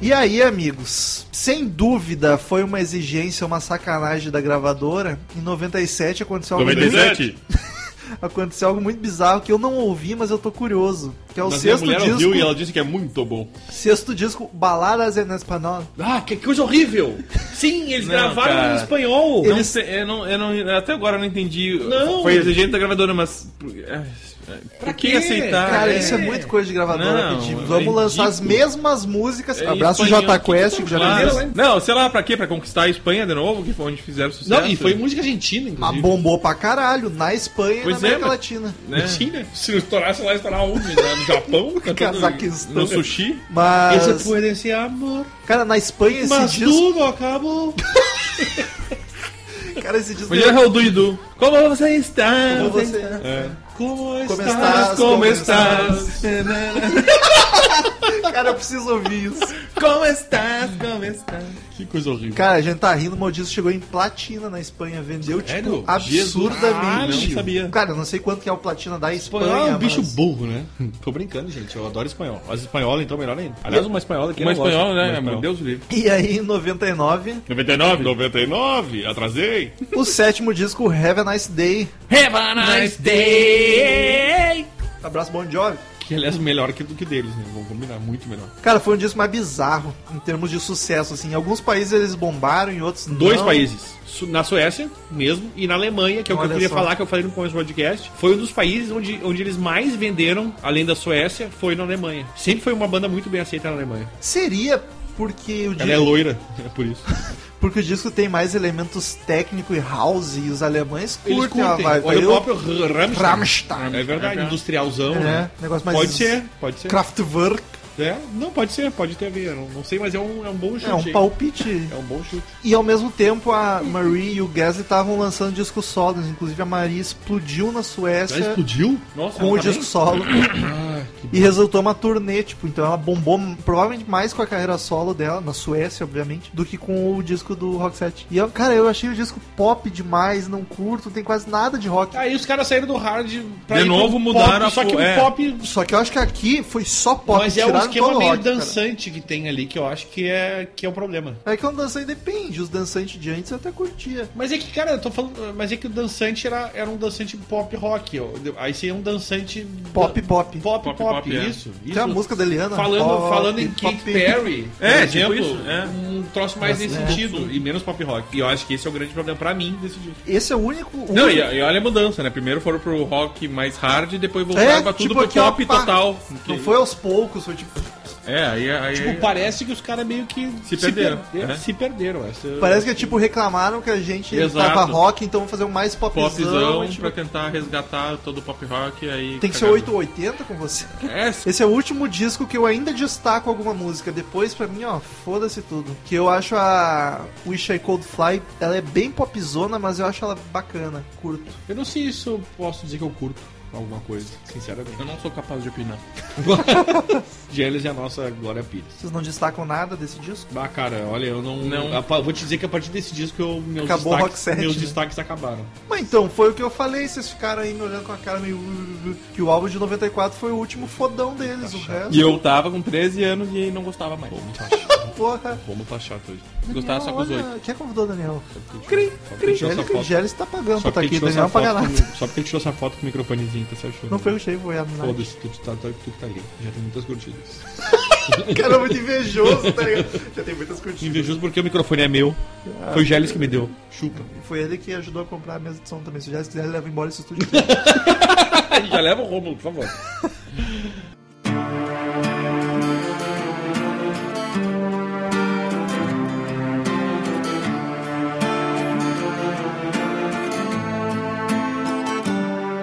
[SPEAKER 1] E aí, amigos? Sem dúvida, foi uma exigência, uma sacanagem da gravadora. Em 97 aconteceu algo, muito,
[SPEAKER 2] é
[SPEAKER 1] aconteceu algo muito bizarro que eu não ouvi, mas eu tô curioso. Que é o
[SPEAKER 2] Mas minha
[SPEAKER 1] sexto
[SPEAKER 2] mulher
[SPEAKER 1] disco,
[SPEAKER 2] ouviu e ela disse que é muito bom.
[SPEAKER 1] sexto disco Baladas en Español.
[SPEAKER 2] Ah, que coisa horrível! Sim, eles
[SPEAKER 3] Não,
[SPEAKER 2] gravaram
[SPEAKER 3] cara.
[SPEAKER 2] em espanhol.
[SPEAKER 3] Não
[SPEAKER 1] Eles-
[SPEAKER 3] sei, eu não, eu não- até agora eu não entendi.
[SPEAKER 2] Não.
[SPEAKER 3] Foi exigente da gravadora, mas. é, Ai, Por que
[SPEAKER 2] quê?
[SPEAKER 3] aceitar?
[SPEAKER 1] Cara, isso é muito coisa de gravadora
[SPEAKER 3] Não,
[SPEAKER 1] pedir.
[SPEAKER 3] é
[SPEAKER 1] Vamos lançar as
[SPEAKER 3] ridículo.
[SPEAKER 1] mesmas músicas.
[SPEAKER 3] É
[SPEAKER 1] Abraço
[SPEAKER 3] espanhol,
[SPEAKER 1] Jota
[SPEAKER 3] que
[SPEAKER 1] Quest, que já
[SPEAKER 3] Claro.
[SPEAKER 1] fez. isso.
[SPEAKER 3] Não, sei lá, pra quê? Pra conquistar a Espanha de novo, que foi onde fizeram sucesso.
[SPEAKER 2] Não, e foi música argentina,
[SPEAKER 1] Mas
[SPEAKER 2] inclusive.
[SPEAKER 1] Ah, bombou pra caralho, na Espanha e na
[SPEAKER 3] Pois é,
[SPEAKER 1] América
[SPEAKER 3] mas-
[SPEAKER 1] Latina.
[SPEAKER 3] né?
[SPEAKER 2] Argentina? Se não estourasse lá, estourar onde? Né? No Japão? Tá tudo-
[SPEAKER 1] Cazaquistão.
[SPEAKER 3] No sushi.
[SPEAKER 1] Mas,
[SPEAKER 2] Esse puede ser amor,
[SPEAKER 1] cara, na Espanha esse
[SPEAKER 2] mas
[SPEAKER 1] disco.
[SPEAKER 2] tudo acabou.
[SPEAKER 1] Cara, esse disco.
[SPEAKER 3] Podia errar o do Idu. Como você está?
[SPEAKER 1] Como você-
[SPEAKER 2] Como
[SPEAKER 1] Como
[SPEAKER 2] está?
[SPEAKER 1] estás?
[SPEAKER 3] Como
[SPEAKER 1] estás?
[SPEAKER 3] estás?
[SPEAKER 1] Cara, eu preciso ouvir isso.
[SPEAKER 3] Como estás? Como estás?
[SPEAKER 2] Que coisa horrível.
[SPEAKER 1] Cara, a gente tá rindo, mas o disco chegou em platina na Espanha. Vendeu, tipo,
[SPEAKER 3] Sério?
[SPEAKER 1] absurdamente.
[SPEAKER 2] Jesus. Ah, não sabia.
[SPEAKER 1] Cara, eu não sei quanto que é o platina da Espanha.
[SPEAKER 2] Espanhol é um bicho
[SPEAKER 1] mas-
[SPEAKER 2] burro, né? Tô brincando, gente. Eu adoro espanhol. As espanholas, então, melhor ainda. Aliás, uma espanhola que
[SPEAKER 3] Uma espanhola, né? Meu Deus do livre.
[SPEAKER 1] E aí, em 99,
[SPEAKER 2] 99? 99, atrasei.
[SPEAKER 1] o sétimo disco, Have a Nice Day.
[SPEAKER 3] Have a nice day!
[SPEAKER 1] Abraço, Bon Jovi.
[SPEAKER 2] Que, aliás, melhor que do que deles, né? Vamos combinar, muito melhor.
[SPEAKER 1] Cara, foi um disco mais bizarro em termos de sucesso, assim. Em alguns países eles bombaram, em outros não.
[SPEAKER 2] Dois países. Su- Na Suécia, mesmo, e na Alemanha, que é o que
[SPEAKER 1] Olha
[SPEAKER 2] eu queria
[SPEAKER 1] só.
[SPEAKER 2] falar, que eu falei no começo do podcast. Foi um dos países onde, onde eles mais venderam, além da Suécia, foi na Alemanha. Sempre foi uma banda muito bem aceita na Alemanha.
[SPEAKER 1] Seria porque o,
[SPEAKER 2] Ela é
[SPEAKER 1] disco,
[SPEAKER 2] loira, é por isso.
[SPEAKER 1] porque o disco tem mais elementos técnico e house e os alemães
[SPEAKER 2] Eles
[SPEAKER 1] curtem, a
[SPEAKER 2] curtem.
[SPEAKER 1] vibe.
[SPEAKER 2] Olha
[SPEAKER 1] Eu-
[SPEAKER 2] o próprio R- Rammstein.
[SPEAKER 1] Rammstein.
[SPEAKER 2] É verdade, industrialzão,
[SPEAKER 1] É,
[SPEAKER 2] né?
[SPEAKER 1] negócio mais
[SPEAKER 2] Pode ser, pode ser.
[SPEAKER 1] Kraftwerk.
[SPEAKER 2] É, não, pode ser, pode ter a ver. eu Não, não sei, mas é um, é um bom chute.
[SPEAKER 1] É um
[SPEAKER 2] hein?
[SPEAKER 1] palpite.
[SPEAKER 2] É um bom chute.
[SPEAKER 1] E ao mesmo tempo a Marie e o Gasly estavam lançando discos solos. Inclusive a Marie explodiu na Suécia
[SPEAKER 2] explodiu?
[SPEAKER 3] Nossa,
[SPEAKER 1] É. com o
[SPEAKER 3] ela tá
[SPEAKER 1] disco solo.
[SPEAKER 2] Ah,
[SPEAKER 1] e resultou uma turnê, tipo, então ela bombou provavelmente mais com a carreira solo dela, na Suécia, obviamente, do que com o disco do Rock Set. E eu, cara, eu achei o disco pop demais, não curto, não tem quase nada de rock.
[SPEAKER 2] Aí os caras saíram do hard pra
[SPEAKER 3] De
[SPEAKER 2] ir pro
[SPEAKER 3] novo
[SPEAKER 2] pop,
[SPEAKER 3] mudaram a
[SPEAKER 2] Só que
[SPEAKER 3] fo-
[SPEAKER 2] o
[SPEAKER 3] é.
[SPEAKER 2] pop.
[SPEAKER 1] Só que eu acho que aqui foi só pop,
[SPEAKER 2] mas é um
[SPEAKER 1] tiraram todo
[SPEAKER 2] esquema
[SPEAKER 1] o
[SPEAKER 2] meio
[SPEAKER 1] rock, cara.
[SPEAKER 2] dançante que tem ali, que eu acho que é, que é o problema.
[SPEAKER 1] É que um dançante depende, os dançantes de antes eu até curtia.
[SPEAKER 2] Mas é que, cara, eu tô falando. Mas é que o dançante era, era um dançante pop rock. ó. Aí seria um dançante.
[SPEAKER 1] Pop, pop.
[SPEAKER 2] Pop, pop,
[SPEAKER 3] Pop, pop, é.
[SPEAKER 2] isso. isso.
[SPEAKER 1] Tem a música da Eliana.
[SPEAKER 2] Falando,
[SPEAKER 1] Pop,
[SPEAKER 2] falando em
[SPEAKER 1] pop.
[SPEAKER 2] Kate Perry, por
[SPEAKER 3] É, tipo
[SPEAKER 2] exemplo,
[SPEAKER 3] isso, é.
[SPEAKER 2] um troço mais nesse
[SPEAKER 1] né?
[SPEAKER 2] sentido e menos pop rock. E eu acho que esse é o grande problema pra mim desse disco.
[SPEAKER 1] Esse é o único. o
[SPEAKER 3] Não, e,
[SPEAKER 1] único-
[SPEAKER 3] e olha a mudança, né? Primeiro foram pro rock mais hard e depois voltaram
[SPEAKER 1] É,
[SPEAKER 3] pra tudo
[SPEAKER 1] tipo
[SPEAKER 3] pro
[SPEAKER 1] aqui, ó,
[SPEAKER 3] pop
[SPEAKER 1] pá.
[SPEAKER 3] total.
[SPEAKER 1] Não foi aos poucos, foi tipo.
[SPEAKER 3] É, aí. aí
[SPEAKER 2] Tipo, parece que os caras meio que
[SPEAKER 3] Se perderam,
[SPEAKER 2] perderam,
[SPEAKER 3] né?
[SPEAKER 2] se perderam. Essa...
[SPEAKER 1] Parece que, tipo, reclamaram que a gente
[SPEAKER 3] Exato.
[SPEAKER 1] tava rock, então vamos fazer o mais popzão.
[SPEAKER 3] popzão
[SPEAKER 1] e, tipo,
[SPEAKER 3] pra tentar resgatar todo o pop rock aí.
[SPEAKER 1] Tem que ser
[SPEAKER 3] cagado.
[SPEAKER 1] 880 com você.
[SPEAKER 3] É, sim.
[SPEAKER 1] Esse é o último disco que eu ainda destaco alguma música. Depois, pra mim, ó, foda-se tudo. Que eu acho a Wish I Cold Fly, ela é bem popzona, mas eu acho ela bacana, curto.
[SPEAKER 2] Eu não sei se eu posso dizer que eu curto alguma coisa, sinceramente.
[SPEAKER 3] eu não sou capaz de opinar.
[SPEAKER 2] Gênesis é a nossa Glória Pires.
[SPEAKER 1] Vocês não destacam nada desse disco?
[SPEAKER 2] Ah, cara, olha, eu não.
[SPEAKER 3] Não.
[SPEAKER 2] a pa- vou te dizer que a partir desse disco eu, meus,
[SPEAKER 1] Acabou o
[SPEAKER 2] destaques,
[SPEAKER 1] Rock Set,
[SPEAKER 2] meus
[SPEAKER 1] né?
[SPEAKER 2] destaques acabaram.
[SPEAKER 1] Mas então, foi o que eu falei, vocês ficaram aí me olhando com a cara meio... "Uh, Que o álbum de 94 foi o último fodão deles,
[SPEAKER 3] Tá
[SPEAKER 1] o resto,
[SPEAKER 3] E eu tava com 13 anos e não gostava mais.
[SPEAKER 2] Como tá chato,
[SPEAKER 1] porra.
[SPEAKER 2] como tá chato hoje.
[SPEAKER 3] Gostava só com os
[SPEAKER 1] Olha,
[SPEAKER 3] 8.
[SPEAKER 1] Quem é convidou o Daniel?
[SPEAKER 2] Cri,
[SPEAKER 1] O
[SPEAKER 2] cri,
[SPEAKER 1] Geles tá pagando
[SPEAKER 2] Só
[SPEAKER 1] pra tá
[SPEAKER 2] porque
[SPEAKER 1] aqui,
[SPEAKER 2] ele
[SPEAKER 1] o Daniel
[SPEAKER 2] tirou essa
[SPEAKER 1] não paga
[SPEAKER 2] foto
[SPEAKER 1] nada.
[SPEAKER 2] com- só porque ele tirou essa foto com o microfonezinho, tá se achando.
[SPEAKER 1] Não foi o Shave, foi a Night.
[SPEAKER 2] Foda-se, tu, tá, tá, tu que tá ali. Já tem muitas curtidas.
[SPEAKER 1] Cara, é muito invejoso, tá ligado? Já tem muitas curtidas.
[SPEAKER 2] Invejoso porque o microfone é meu. Foi o Gélis que me deu. Chupa.
[SPEAKER 1] Foi ele que ajudou a comprar a mesa de som também. Se o Geles quiser, ele leva embora esse estúdio.
[SPEAKER 3] Já leva o Rômulo, por favor.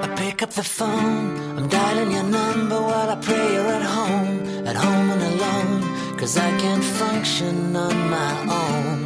[SPEAKER 6] I pick up the phone, I'm dialing your number while I pray you're at home, at home and alone, 'cause I can't function on my own.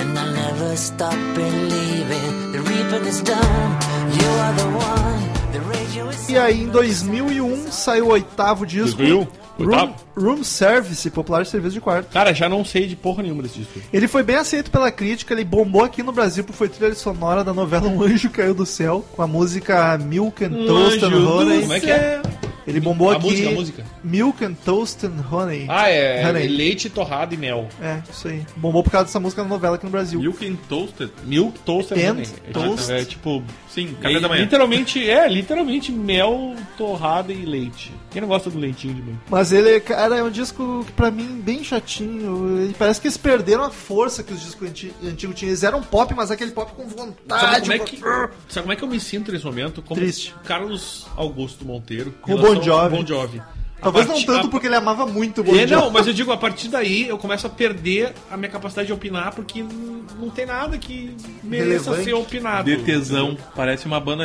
[SPEAKER 6] And I'll never stop believing the reaper is down, you are the one, the radio is.
[SPEAKER 1] E aí, em 2001, saiu o oitavo disco.
[SPEAKER 2] 2001?
[SPEAKER 1] Room,
[SPEAKER 2] Oitavo?
[SPEAKER 1] Room Service, popular serviço de quarto.
[SPEAKER 2] Cara, já não sei de porra nenhuma desse disco.
[SPEAKER 1] Ele foi bem aceito pela crítica, ele bombou aqui no Brasil porque foi trilha sonora da novela Um Anjo Caiu do Céu, com a música Milk and Toast and Honey.
[SPEAKER 2] Como é que é?
[SPEAKER 1] Ele bombou
[SPEAKER 2] A
[SPEAKER 1] aqui
[SPEAKER 2] música, a música.
[SPEAKER 1] Milk and Toast and Honey.
[SPEAKER 2] Ah, é.
[SPEAKER 1] Honey.
[SPEAKER 2] Leite torrado e mel.
[SPEAKER 1] É, isso aí. Bombou por causa dessa música na novela aqui no Brasil.
[SPEAKER 3] Milk and Toasted?
[SPEAKER 2] Milk toast and
[SPEAKER 1] And
[SPEAKER 2] honey. É,
[SPEAKER 1] toast.
[SPEAKER 2] É tipo.
[SPEAKER 3] Sim,
[SPEAKER 2] é
[SPEAKER 3] café da manhã.
[SPEAKER 2] Literalmente, é, literalmente mel torrado e leite. Quem não gosta do leitinho de mim?
[SPEAKER 1] Mas ele, cara, é um disco que pra mim bem chatinho. Ele parece que eles perderam a força que os discos anti- antigos tinham. Eles eram pop, mas aquele pop com
[SPEAKER 2] Sabe
[SPEAKER 1] vontade.
[SPEAKER 2] como, é
[SPEAKER 1] com-
[SPEAKER 2] que, sabe como é que eu me sinto nesse momento? Como
[SPEAKER 1] Triste.
[SPEAKER 2] Carlos Augusto Monteiro.
[SPEAKER 1] Com o
[SPEAKER 2] em relação
[SPEAKER 1] Bon Jovi.
[SPEAKER 2] ao Bon Jovi.
[SPEAKER 1] Talvez
[SPEAKER 2] A
[SPEAKER 1] não
[SPEAKER 2] parti-
[SPEAKER 1] tanto
[SPEAKER 2] a-
[SPEAKER 1] porque ele amava muito o Bon
[SPEAKER 2] É, não,
[SPEAKER 1] Jovi.
[SPEAKER 2] mas eu digo, a partir daí eu começo a perder a minha capacidade de opinar, porque n- não tem nada que mereça
[SPEAKER 1] Relevante.
[SPEAKER 2] ser opinado.
[SPEAKER 3] De tesão. Parece uma banda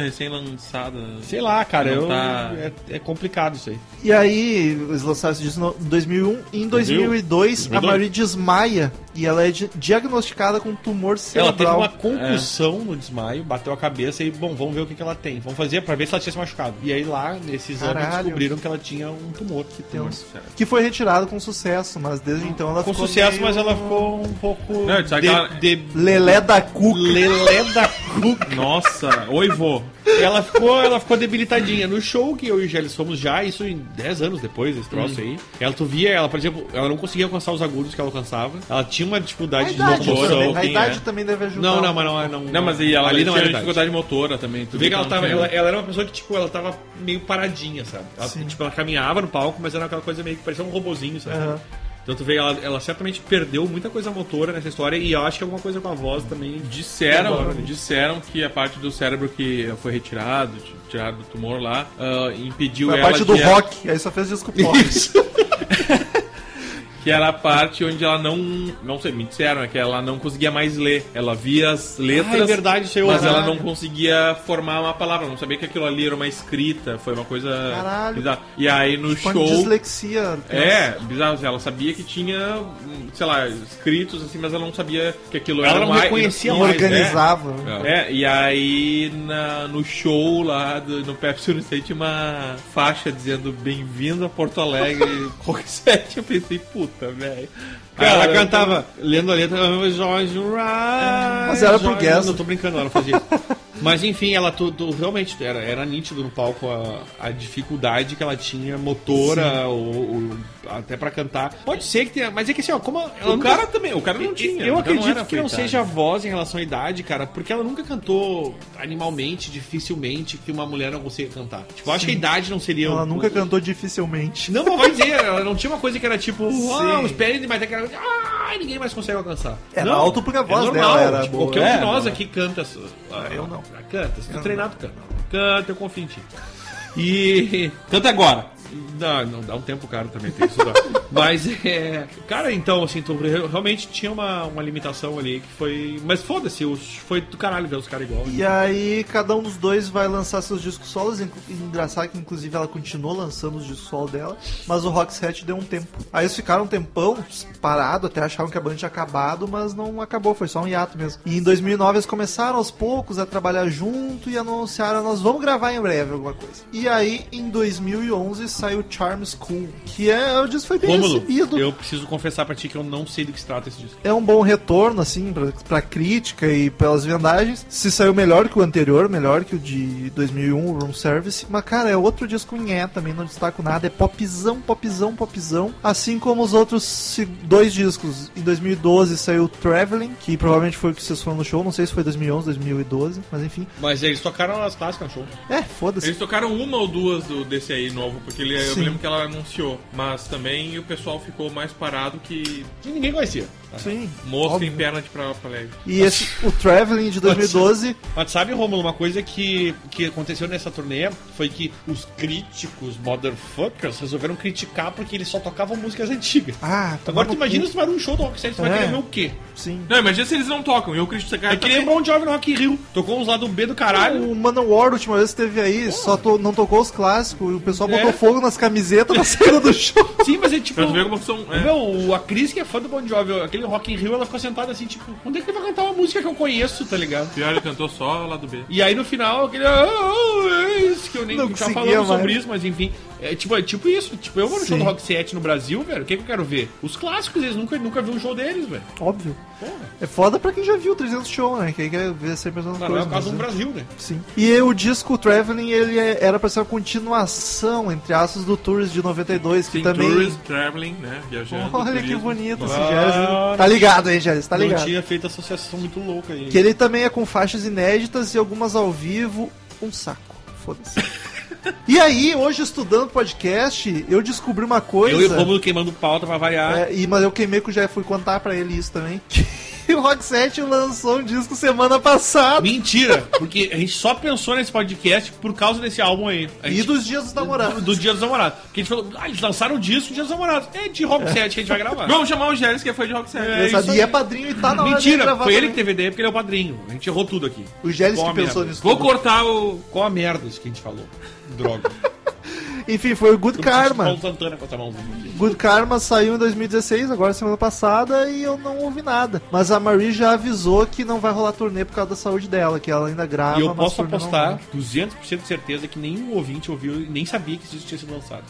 [SPEAKER 3] recém-lançada.
[SPEAKER 2] Sei lá, cara,
[SPEAKER 3] Não
[SPEAKER 2] eu-
[SPEAKER 3] tá-
[SPEAKER 2] é, é complicado isso aí.
[SPEAKER 1] E aí, eles lançaram esse disco no- em 2001. E um. em 2002, a
[SPEAKER 2] 2002.
[SPEAKER 1] Marie desmaia e ela é di- diagnosticada com tumor
[SPEAKER 2] Ela teve
[SPEAKER 1] cerebral.
[SPEAKER 2] uma concussão no desmaio, bateu a cabeça e, bom, vamos ver o que, que ela tem. Vamos fazer pra ver se ela tinha se machucado. E aí lá, nesse exame,
[SPEAKER 1] Caralho.
[SPEAKER 2] descobriram que ela tinha um tumor. Que tem um...
[SPEAKER 1] Deus. Que foi retirado com sucesso, mas desde então ela
[SPEAKER 2] Com
[SPEAKER 1] ficou
[SPEAKER 2] sucesso,
[SPEAKER 1] meio-
[SPEAKER 2] mas ela ficou um pouco...
[SPEAKER 3] Não, sabe
[SPEAKER 2] de-
[SPEAKER 3] que ela-
[SPEAKER 2] de-
[SPEAKER 1] Lelé da cuca.
[SPEAKER 2] Lelé da cuca.
[SPEAKER 3] Nossa, oi, vô.
[SPEAKER 2] Ela ficou, ela ficou debilitadinha. No show que eu e o Gélis fomos já, isso em 10 anos depois, esse troço
[SPEAKER 3] Hum.
[SPEAKER 2] aí. Ela, tu via ela, por exemplo, ela não conseguia alcançar os agudos que ela alcançava. Ela tinha uma
[SPEAKER 1] A
[SPEAKER 2] dificuldade de
[SPEAKER 1] idade,
[SPEAKER 2] locomoção.
[SPEAKER 1] também, né?
[SPEAKER 3] Moção,
[SPEAKER 1] a
[SPEAKER 3] quem
[SPEAKER 1] idade
[SPEAKER 3] é?
[SPEAKER 1] também deve ajudar. um
[SPEAKER 2] Não, não, mas não é. Não,
[SPEAKER 3] Não, mas e ela
[SPEAKER 2] ali não
[SPEAKER 1] é
[SPEAKER 3] tinha
[SPEAKER 2] era dificuldade.
[SPEAKER 3] dificuldade motora também.
[SPEAKER 2] Tu
[SPEAKER 3] Tu
[SPEAKER 2] vê que ela,
[SPEAKER 3] não
[SPEAKER 2] tava,
[SPEAKER 3] tinha-
[SPEAKER 2] ela, ela era uma pessoa que, tipo, ela tava meio paradinha, sabe? Ela,
[SPEAKER 1] Sim.
[SPEAKER 2] tipo, ela caminhava no palco, mas era aquela coisa meio que parecia um robozinho, sabe?
[SPEAKER 1] Aham.
[SPEAKER 2] Então tu vê, ela, ela certamente perdeu muita coisa motora nessa história e eu acho que é alguma coisa com a voz também.
[SPEAKER 3] né? Disseram,
[SPEAKER 2] Agora, né?
[SPEAKER 3] disseram que a parte do cérebro que foi retirado, t- tirado do tumor lá, ah, impediu
[SPEAKER 1] Foi a
[SPEAKER 3] ela
[SPEAKER 1] parte do
[SPEAKER 3] de-
[SPEAKER 1] rock, aí só fez disco pop.
[SPEAKER 3] que era a parte onde ela não, não sei, me disseram é que ela não conseguia mais ler. Ela via as letras,
[SPEAKER 2] Ah, é verdade, isso eu
[SPEAKER 3] mas
[SPEAKER 1] Caralho.
[SPEAKER 3] ela não conseguia formar uma palavra, não sabia que aquilo ali era uma escrita, foi uma coisa
[SPEAKER 1] Caralho.
[SPEAKER 3] bizarra. E aí no
[SPEAKER 1] Com
[SPEAKER 3] show
[SPEAKER 1] Tipo, dislexia.
[SPEAKER 3] É, bizarro. assim, Ela sabia que tinha, hum, sei lá, escritos assim, mas ela não sabia que aquilo
[SPEAKER 2] Ela
[SPEAKER 3] era
[SPEAKER 2] não
[SPEAKER 3] um ai-
[SPEAKER 2] reconhecia
[SPEAKER 1] não
[SPEAKER 2] mais,
[SPEAKER 3] né?
[SPEAKER 1] organizava.
[SPEAKER 3] É, e aí na- no show lá do, no Pepsi Unicei tinha uma faixa dizendo bem-vindo a Porto Alegre, Rock Set. Eu pensei, puta, velho.
[SPEAKER 2] Cara, ela
[SPEAKER 3] Cara,
[SPEAKER 2] cantava, lendo a letra, Jorge Rice.
[SPEAKER 1] Mas era pro Guess.
[SPEAKER 2] Não, tô brincando, ela não fazia isso. Mas enfim, ela tu, tu- realmente era, era nítido no palco a, a dificuldade que ela tinha, motora, ou, ou até pra cantar. Pode ser que tenha, mas é que assim, ó, como ela
[SPEAKER 3] O
[SPEAKER 2] nunca-
[SPEAKER 3] cara também, o cara não tinha.
[SPEAKER 2] eu
[SPEAKER 3] o cara
[SPEAKER 2] acredito
[SPEAKER 3] era
[SPEAKER 2] que não
[SPEAKER 3] coitado.
[SPEAKER 2] seja a voz em relação à idade, cara, porque ela nunca cantou animalmente, dificilmente, que uma mulher não consiga cantar. Tipo, eu acho que a idade não
[SPEAKER 3] É.
[SPEAKER 2] seria.
[SPEAKER 1] Ela
[SPEAKER 2] o-
[SPEAKER 1] nunca cantou dificilmente.
[SPEAKER 2] não, mas vai dizer, ela não tinha uma coisa que era tipo, ah,
[SPEAKER 1] Sim.
[SPEAKER 2] os pés, mas aquela coisa, ah, ninguém mais consegue alcançar.
[SPEAKER 1] Era
[SPEAKER 2] não,
[SPEAKER 1] alto porque a voz
[SPEAKER 2] normal,
[SPEAKER 1] dela era
[SPEAKER 2] tipo,
[SPEAKER 1] boa.
[SPEAKER 2] Qualquer um
[SPEAKER 1] É,
[SPEAKER 2] de nós
[SPEAKER 1] não.
[SPEAKER 2] aqui canta. essa- Ah,
[SPEAKER 1] Ah, eu não.
[SPEAKER 2] Canta, se tu treinar, tu canta. Canta, eu confio em ti. E. Canta agora! Não, não dá um tempo, cara, também tem que estudar. um Mas é. Cara, então, assim, tu re- realmente tinha uma, uma limitação ali que foi. Mas foda-se, os- foi do caralho ver os caras igual.
[SPEAKER 1] E aí, cada um dos dois vai lançar seus discos solos. Inclu- Engraçado que, inclusive, ela continuou lançando os discos solo dela, mas o Roxette deu um tempo. Aí eles ficaram um tempão parado, até achavam que a banda tinha acabado, mas não acabou, foi só um hiato mesmo. E em 2009 eles começaram aos poucos a trabalhar junto e anunciaram: nós vamos gravar em breve alguma coisa. E aí, em 2011, saiu Charm School, que é, eu disse, foi bem
[SPEAKER 2] Rômulo,
[SPEAKER 1] recebido.
[SPEAKER 2] eu preciso confessar pra ti que eu não sei do que se trata esse disco.
[SPEAKER 1] É um bom retorno, assim, pra, pra crítica e pelas vendagens. Se saiu melhor que o anterior, melhor que o de 2001, o Room Service. Mas, cara, é outro disco em E também, não destaco nada. É popzão, popzão, popzão. Assim como os outros se- dois discos. Em 2012 saiu Traveling, que provavelmente foi o que vocês foram no show. Não sei se foi 2011, 2012, mas enfim.
[SPEAKER 2] Mas eles tocaram as clássicas no show.
[SPEAKER 1] É, foda-se.
[SPEAKER 3] Eles tocaram uma ou duas do, desse aí novo, porque ele, eu
[SPEAKER 1] Sim.
[SPEAKER 3] me lembro que ela anunciou. Mas também o pessoal ficou mais parado que
[SPEAKER 2] E ninguém conhecia.
[SPEAKER 1] Sim.
[SPEAKER 3] moço
[SPEAKER 1] óbvio.
[SPEAKER 3] em perna de pra, pra leve.
[SPEAKER 1] E esse, o Traveling de 2012
[SPEAKER 2] Mas sabe, Romulo, uma coisa que, que aconteceu nessa turnê foi que os críticos, motherfuckers, resolveram criticar porque eles só tocavam músicas antigas.
[SPEAKER 1] Ah,
[SPEAKER 2] Agora tu
[SPEAKER 1] tomar no
[SPEAKER 2] imagina
[SPEAKER 1] cu.
[SPEAKER 2] se tu vai num show do Rocksteady, tu vai
[SPEAKER 1] É.
[SPEAKER 2] querer ver o quê?
[SPEAKER 1] Sim.
[SPEAKER 3] Não, imagina se eles não tocam. Eu acredito que
[SPEAKER 2] É que nem Bon Jovi no Rock in Rio. Tocou uns lado B do caralho.
[SPEAKER 1] O Manowar, a última vez que esteve aí, só to- não tocou os clássicos e o pessoal botou
[SPEAKER 2] É.
[SPEAKER 1] fogo nas camisetas na saída do show.
[SPEAKER 2] Sim, mas é tipo...
[SPEAKER 3] Uh. Pra tu ver como são. É.
[SPEAKER 2] Meu, a Cris, que é fã do Bon Jovi, aquele Rock in Rio, ela ficou sentada assim, tipo, onde é que ele vai cantar uma música que eu conheço, tá ligado?
[SPEAKER 3] Pior, ele cantou só lá do B.
[SPEAKER 2] E aí no final, aquele. "Ah, ah, é isso", que eu nem
[SPEAKER 1] Não
[SPEAKER 2] tava
[SPEAKER 1] conseguia
[SPEAKER 2] falando sobre
[SPEAKER 1] mais.
[SPEAKER 2] isso, mas enfim. É tipo, é tipo isso. Tipo, eu vou no show
[SPEAKER 1] Sim.
[SPEAKER 2] do Rock 7 no Brasil, velho. O que, que eu quero ver? Os clássicos, eles nunca, nunca viu um show deles, velho.
[SPEAKER 1] Óbvio.
[SPEAKER 2] Porra.
[SPEAKER 1] É foda pra quem já viu 300 show, né? Quem quer ver sempre a mesma
[SPEAKER 2] Não, não é
[SPEAKER 1] coisa.
[SPEAKER 2] o caso
[SPEAKER 1] mas,
[SPEAKER 2] do
[SPEAKER 1] né?
[SPEAKER 2] Brasil, né?
[SPEAKER 1] Sim. E o disco Traveling, ele é- era pra ser uma continuação, entre aspas, do Tours de 92, que
[SPEAKER 3] Sim,
[SPEAKER 1] também...
[SPEAKER 3] tourist, traveling, né? Viajando.
[SPEAKER 1] Olha que
[SPEAKER 3] turismo.
[SPEAKER 1] bonito esse
[SPEAKER 2] Ah,
[SPEAKER 1] Gélis. Tá ligado, hein, Gélis? Tá
[SPEAKER 2] Não
[SPEAKER 1] ligado.
[SPEAKER 2] tinha feito associação muito louca aí.
[SPEAKER 1] Que ele também é com faixas inéditas e algumas ao vivo. Um saco. Foda-se. e aí, hoje estudando podcast, eu descobri uma coisa...
[SPEAKER 2] eu e o Romulo queimando pauta pra variar.
[SPEAKER 1] É, e, mas eu queimei que eu já fui contar pra ele isso também. Que o Rock 7 lançou um disco semana passada.
[SPEAKER 2] Mentira! Porque a gente só pensou nesse podcast por causa desse álbum aí. A
[SPEAKER 1] E
[SPEAKER 2] gente-
[SPEAKER 1] dos dias dos
[SPEAKER 2] do,
[SPEAKER 1] namorados.
[SPEAKER 2] do Dia dos Namorados. Que a gente falou, ah, eles lançaram o disco Dia dos Namorados. É de Rock 7 que a gente vai gravar.
[SPEAKER 3] Vamos chamar o Gélis, que é fã de Rock 7.
[SPEAKER 2] É isso
[SPEAKER 1] e é padrinho e tá na hora de
[SPEAKER 2] Mentira,
[SPEAKER 1] gravar
[SPEAKER 2] foi ele que
[SPEAKER 1] também.
[SPEAKER 2] teve a ideia porque ele é o padrinho. A gente errou tudo aqui.
[SPEAKER 1] O Gélis
[SPEAKER 2] Qual
[SPEAKER 1] que
[SPEAKER 2] a
[SPEAKER 1] pensou
[SPEAKER 2] merda?
[SPEAKER 1] nisso.
[SPEAKER 3] Vou
[SPEAKER 1] tudo.
[SPEAKER 3] cortar o.
[SPEAKER 2] Qual a merda isso que a gente falou? Droga.
[SPEAKER 1] Enfim, foi o Good Karma.
[SPEAKER 2] Paulo Santana com essa mãozinha aqui.
[SPEAKER 1] Good Karma saiu em 2016, agora semana passada, e eu não ouvi nada. Mas a Marie já avisou que não vai rolar turnê por causa da saúde dela, que ela ainda grava.
[SPEAKER 2] E eu
[SPEAKER 1] mas
[SPEAKER 2] posso
[SPEAKER 1] turnê não
[SPEAKER 2] apostar
[SPEAKER 1] rola.
[SPEAKER 2] 200% de certeza que nenhum ouvinte ouviu e nem sabia que isso tinha sido lançado.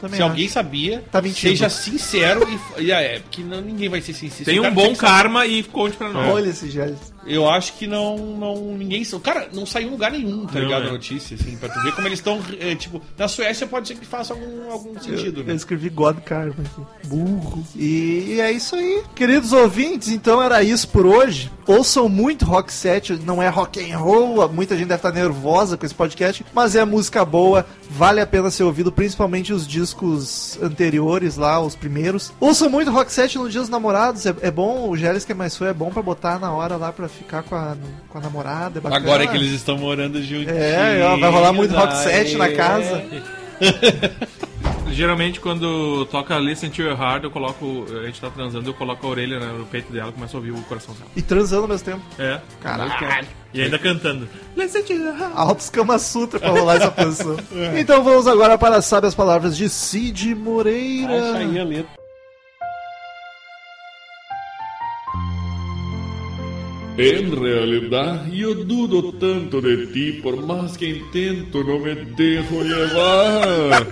[SPEAKER 1] Também
[SPEAKER 2] Se
[SPEAKER 1] acho.
[SPEAKER 2] alguém sabia,
[SPEAKER 1] Tá mentindo.
[SPEAKER 2] seja sincero e. e é, porque não, ninguém vai ser sincero. O
[SPEAKER 3] Tem um
[SPEAKER 2] cara
[SPEAKER 3] bom
[SPEAKER 2] que sabe.
[SPEAKER 3] karma e conte pra
[SPEAKER 2] É.
[SPEAKER 3] nós.
[SPEAKER 1] Olha esse Gélis.
[SPEAKER 2] Eu acho que não. não ninguém. O cara não saiu em lugar nenhum, tá
[SPEAKER 3] Não,
[SPEAKER 2] ligado?
[SPEAKER 3] é.
[SPEAKER 2] A notícia, assim, pra tu ver como eles estão. é, tipo, na Suécia pode ser que faça algum, algum sentido,
[SPEAKER 1] eu,
[SPEAKER 2] né?
[SPEAKER 1] eu escrevi God Karma aqui. Burro. E, e é isso aí. Queridos ouvintes, então era isso por hoje. Ouçam muito Rock 7, não é rock and roll, muita gente deve estar nervosa com esse podcast, mas é música boa, vale a pena ser ouvido, principalmente os discos anteriores lá, os primeiros. Ouçam muito Rock 7 no Dia dos Namorados, é, é bom, o Gélis que é mais foi, é bom pra botar na hora lá pra ficar com a, com a namorada, é bacana.
[SPEAKER 2] Agora é que eles estão morando um juntinhos.
[SPEAKER 1] É, ó, vai rolar muito Rock 7 na
[SPEAKER 2] É.
[SPEAKER 1] casa.
[SPEAKER 3] Geralmente, quando toca Listen to Your Heart, eu coloco. A gente tá transando, eu coloco a orelha né, no peito dela e começo a ouvir o coração dela.
[SPEAKER 1] E transando ao mesmo tempo.
[SPEAKER 3] É.
[SPEAKER 1] Caralho.
[SPEAKER 3] E ainda cantando. Listen to Your Heart.
[SPEAKER 1] Altos Kama Sutra pra rolar essa posição. Então vamos agora para Sabe as Palavras de Cid
[SPEAKER 2] Acha aí
[SPEAKER 1] Moreira.
[SPEAKER 2] a letra.
[SPEAKER 8] En realidad yo dudo tanto de ti por más que intento no me dejo llevar.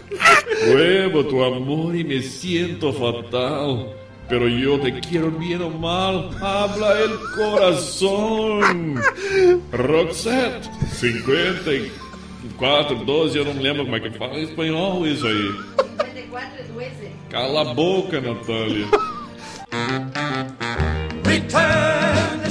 [SPEAKER 8] Pruebo tu amor y me siento fatal. Pero yo te quiero bien o mal, habla el corazón. Roxette, 54, 12, eu não lembro como é que fala em espanhol isso aí. 54, 12. Cala a boca, Natália.
[SPEAKER 9] Return to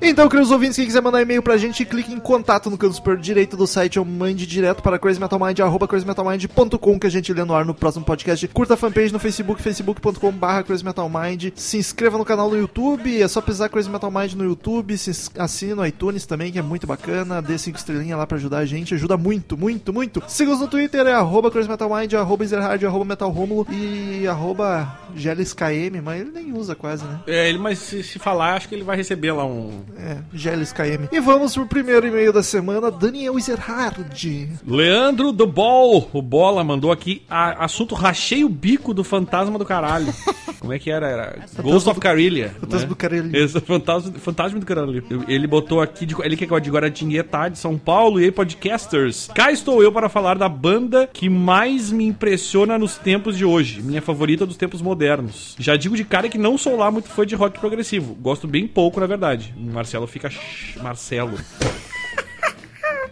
[SPEAKER 1] Então, queridos ouvintes, quem quiser mandar e-mail pra gente, clique em contato no canto superior direito do site ou mande direto para crazymetalmind, arroba crazymetalmind.com que a gente lê no ar no próximo podcast. Curta a fanpage no Facebook, facebook.com barra crazymetalmind. Se inscreva no canal no YouTube, é só pesar Crazy Metal Mind no YouTube, se ins- assine no iTunes também, que é muito bacana. Dê cinco estrelinhas lá pra ajudar a gente, ajuda muito, muito, muito. Siga-nos no Twitter, é arroba crazymetalmind, arroba Ezerhard, arroba metalromulo e arroba GLSKM, mas ele nem usa quase, né?
[SPEAKER 3] É, ele, mas se, se falar, acho que ele vai receber lá um.
[SPEAKER 1] É, Geles KM. E vamos pro primeiro e-mail da semana, Daniel Zerhard.
[SPEAKER 3] Leandro do Bol, o Bola mandou aqui a- assunto rachei o bico do fantasma do caralho. Como é que era? Era Ghost of Carillia.
[SPEAKER 1] Fantasma do Carelli.
[SPEAKER 3] Esse é o fantasma, fantasma do caralho. Ele botou aqui, de, ele quer que eu diga agora de Inguetá, de São Paulo, e aí podcasters. Cá estou eu para falar da banda que mais me impressiona nos tempos de hoje, minha favorita dos tempos modernos. Já digo de cara que não sou lá muito fã de rock progressivo, gosto bem pouco na verdade. Marcelo fica... ch- Marcelo...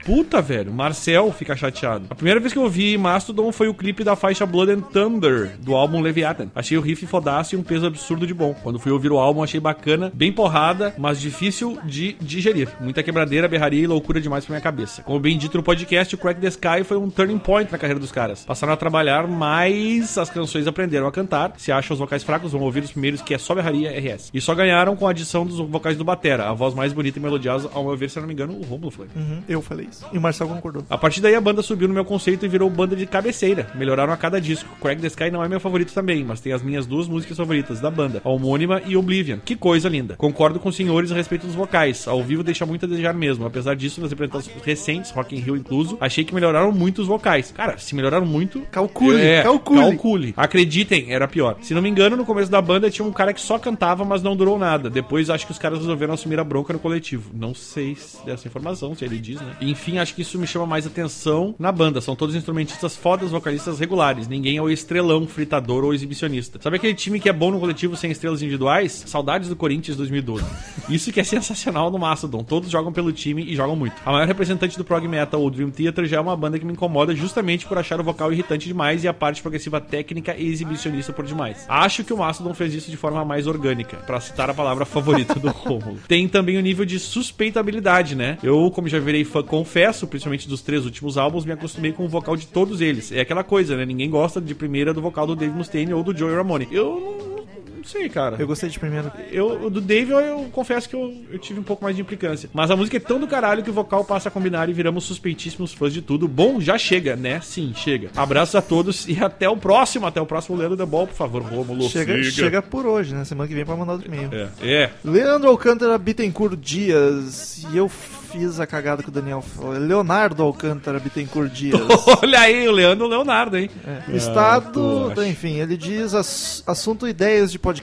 [SPEAKER 3] Puta, velho, Marcel fica chateado. A primeira vez que eu ouvi Mastodon foi o clipe da faixa Blood and Thunder, do álbum Leviathan. Achei o riff fodaço e um peso absurdo de bom. Quando fui ouvir o álbum, achei bacana, bem porrada, mas difícil de digerir. Muita quebradeira, berraria e loucura demais pra minha cabeça. Como bem dito no podcast, o Crack the Sky foi um turning point na carreira dos caras. Passaram a trabalhar mais as canções aprenderam a cantar. Se acham os vocais fracos, vão ouvir os primeiros que é só berraria RS. E só ganharam com a adição dos vocais do Batera, a voz mais bonita e melodiosa, ao meu ver, se eu não me engano, o Romulo foi.
[SPEAKER 1] Uhum, eu falei isso. E o Marcel concordou.
[SPEAKER 3] A partir daí a banda subiu no meu conceito e virou banda de cabeceira. Melhoraram a cada disco. Craig the Sky não é meu favorito também, mas tem as minhas duas músicas favoritas da banda, a homônima e Oblivion. Que coisa linda. Concordo com os senhores a respeito dos vocais. Ao vivo deixa muito a desejar mesmo. Apesar disso, nas apresentações recentes, Rock in Rio incluso, achei que melhoraram muito os vocais. Cara, se melhoraram muito...
[SPEAKER 1] Calcule,
[SPEAKER 3] é,
[SPEAKER 1] calcule.
[SPEAKER 3] calcule. Acreditem, era pior. Se não me engano, no começo da banda tinha um cara que só cantava, mas não durou nada. Depois acho que os caras resolveram assumir a bronca no coletivo. Não sei se- dessa informação, se ele diz, né? Enfim, acho que isso me chama mais atenção na banda. São todos instrumentistas fodas, vocalistas regulares. Ninguém é o estrelão, fritador ou exibicionista. Sabe aquele time que é bom no coletivo sem estrelas individuais? Saudades do Corinthians 2012. Isso que é sensacional no Mastodon. Todos jogam pelo time e jogam muito. A maior representante do prog metal, o Dream Theater, já é uma banda que me incomoda justamente por achar o vocal irritante demais e a parte progressiva técnica e exibicionista por demais. Acho que o Mastodon fez isso de forma mais orgânica, pra citar a palavra favorita do Rômulo. Tem também o nível de suspeitabilidade, né? Eu, como já virei fã, confesso, principalmente dos três últimos álbuns, me acostumei com o vocal de todos eles. É aquela coisa, né? Ninguém gosta de primeira do vocal do Dave Mustaine ou do Joey Ramone. Eu não, não sei, cara.
[SPEAKER 1] Eu gostei de primeiro.
[SPEAKER 3] Eu, o do Dave, eu, eu confesso que eu, eu tive um pouco mais de implicância. Mas a música é tão do caralho que o vocal passa a combinar e viramos suspeitíssimos fãs de tudo. Bom, já chega, né? Sim, chega. Abraços a todos e até o próximo. Até o próximo Leandro The Ball, por favor, Romulo.
[SPEAKER 1] Chega, chega por hoje, né? Semana que vem pra mandar outro e-mail.
[SPEAKER 3] É. é.
[SPEAKER 1] Leandro Alcântara Bittencourt Dias. E eu fiz a cagada que o Daniel falou. É Leonardo Alcântara Bittencourt Dias.
[SPEAKER 3] Olha aí, o Leandro Leonardo, hein?
[SPEAKER 1] É. Estado. então,
[SPEAKER 3] Ah, tu acha.
[SPEAKER 1] enfim, ele diz ass- assunto ideias de podcast.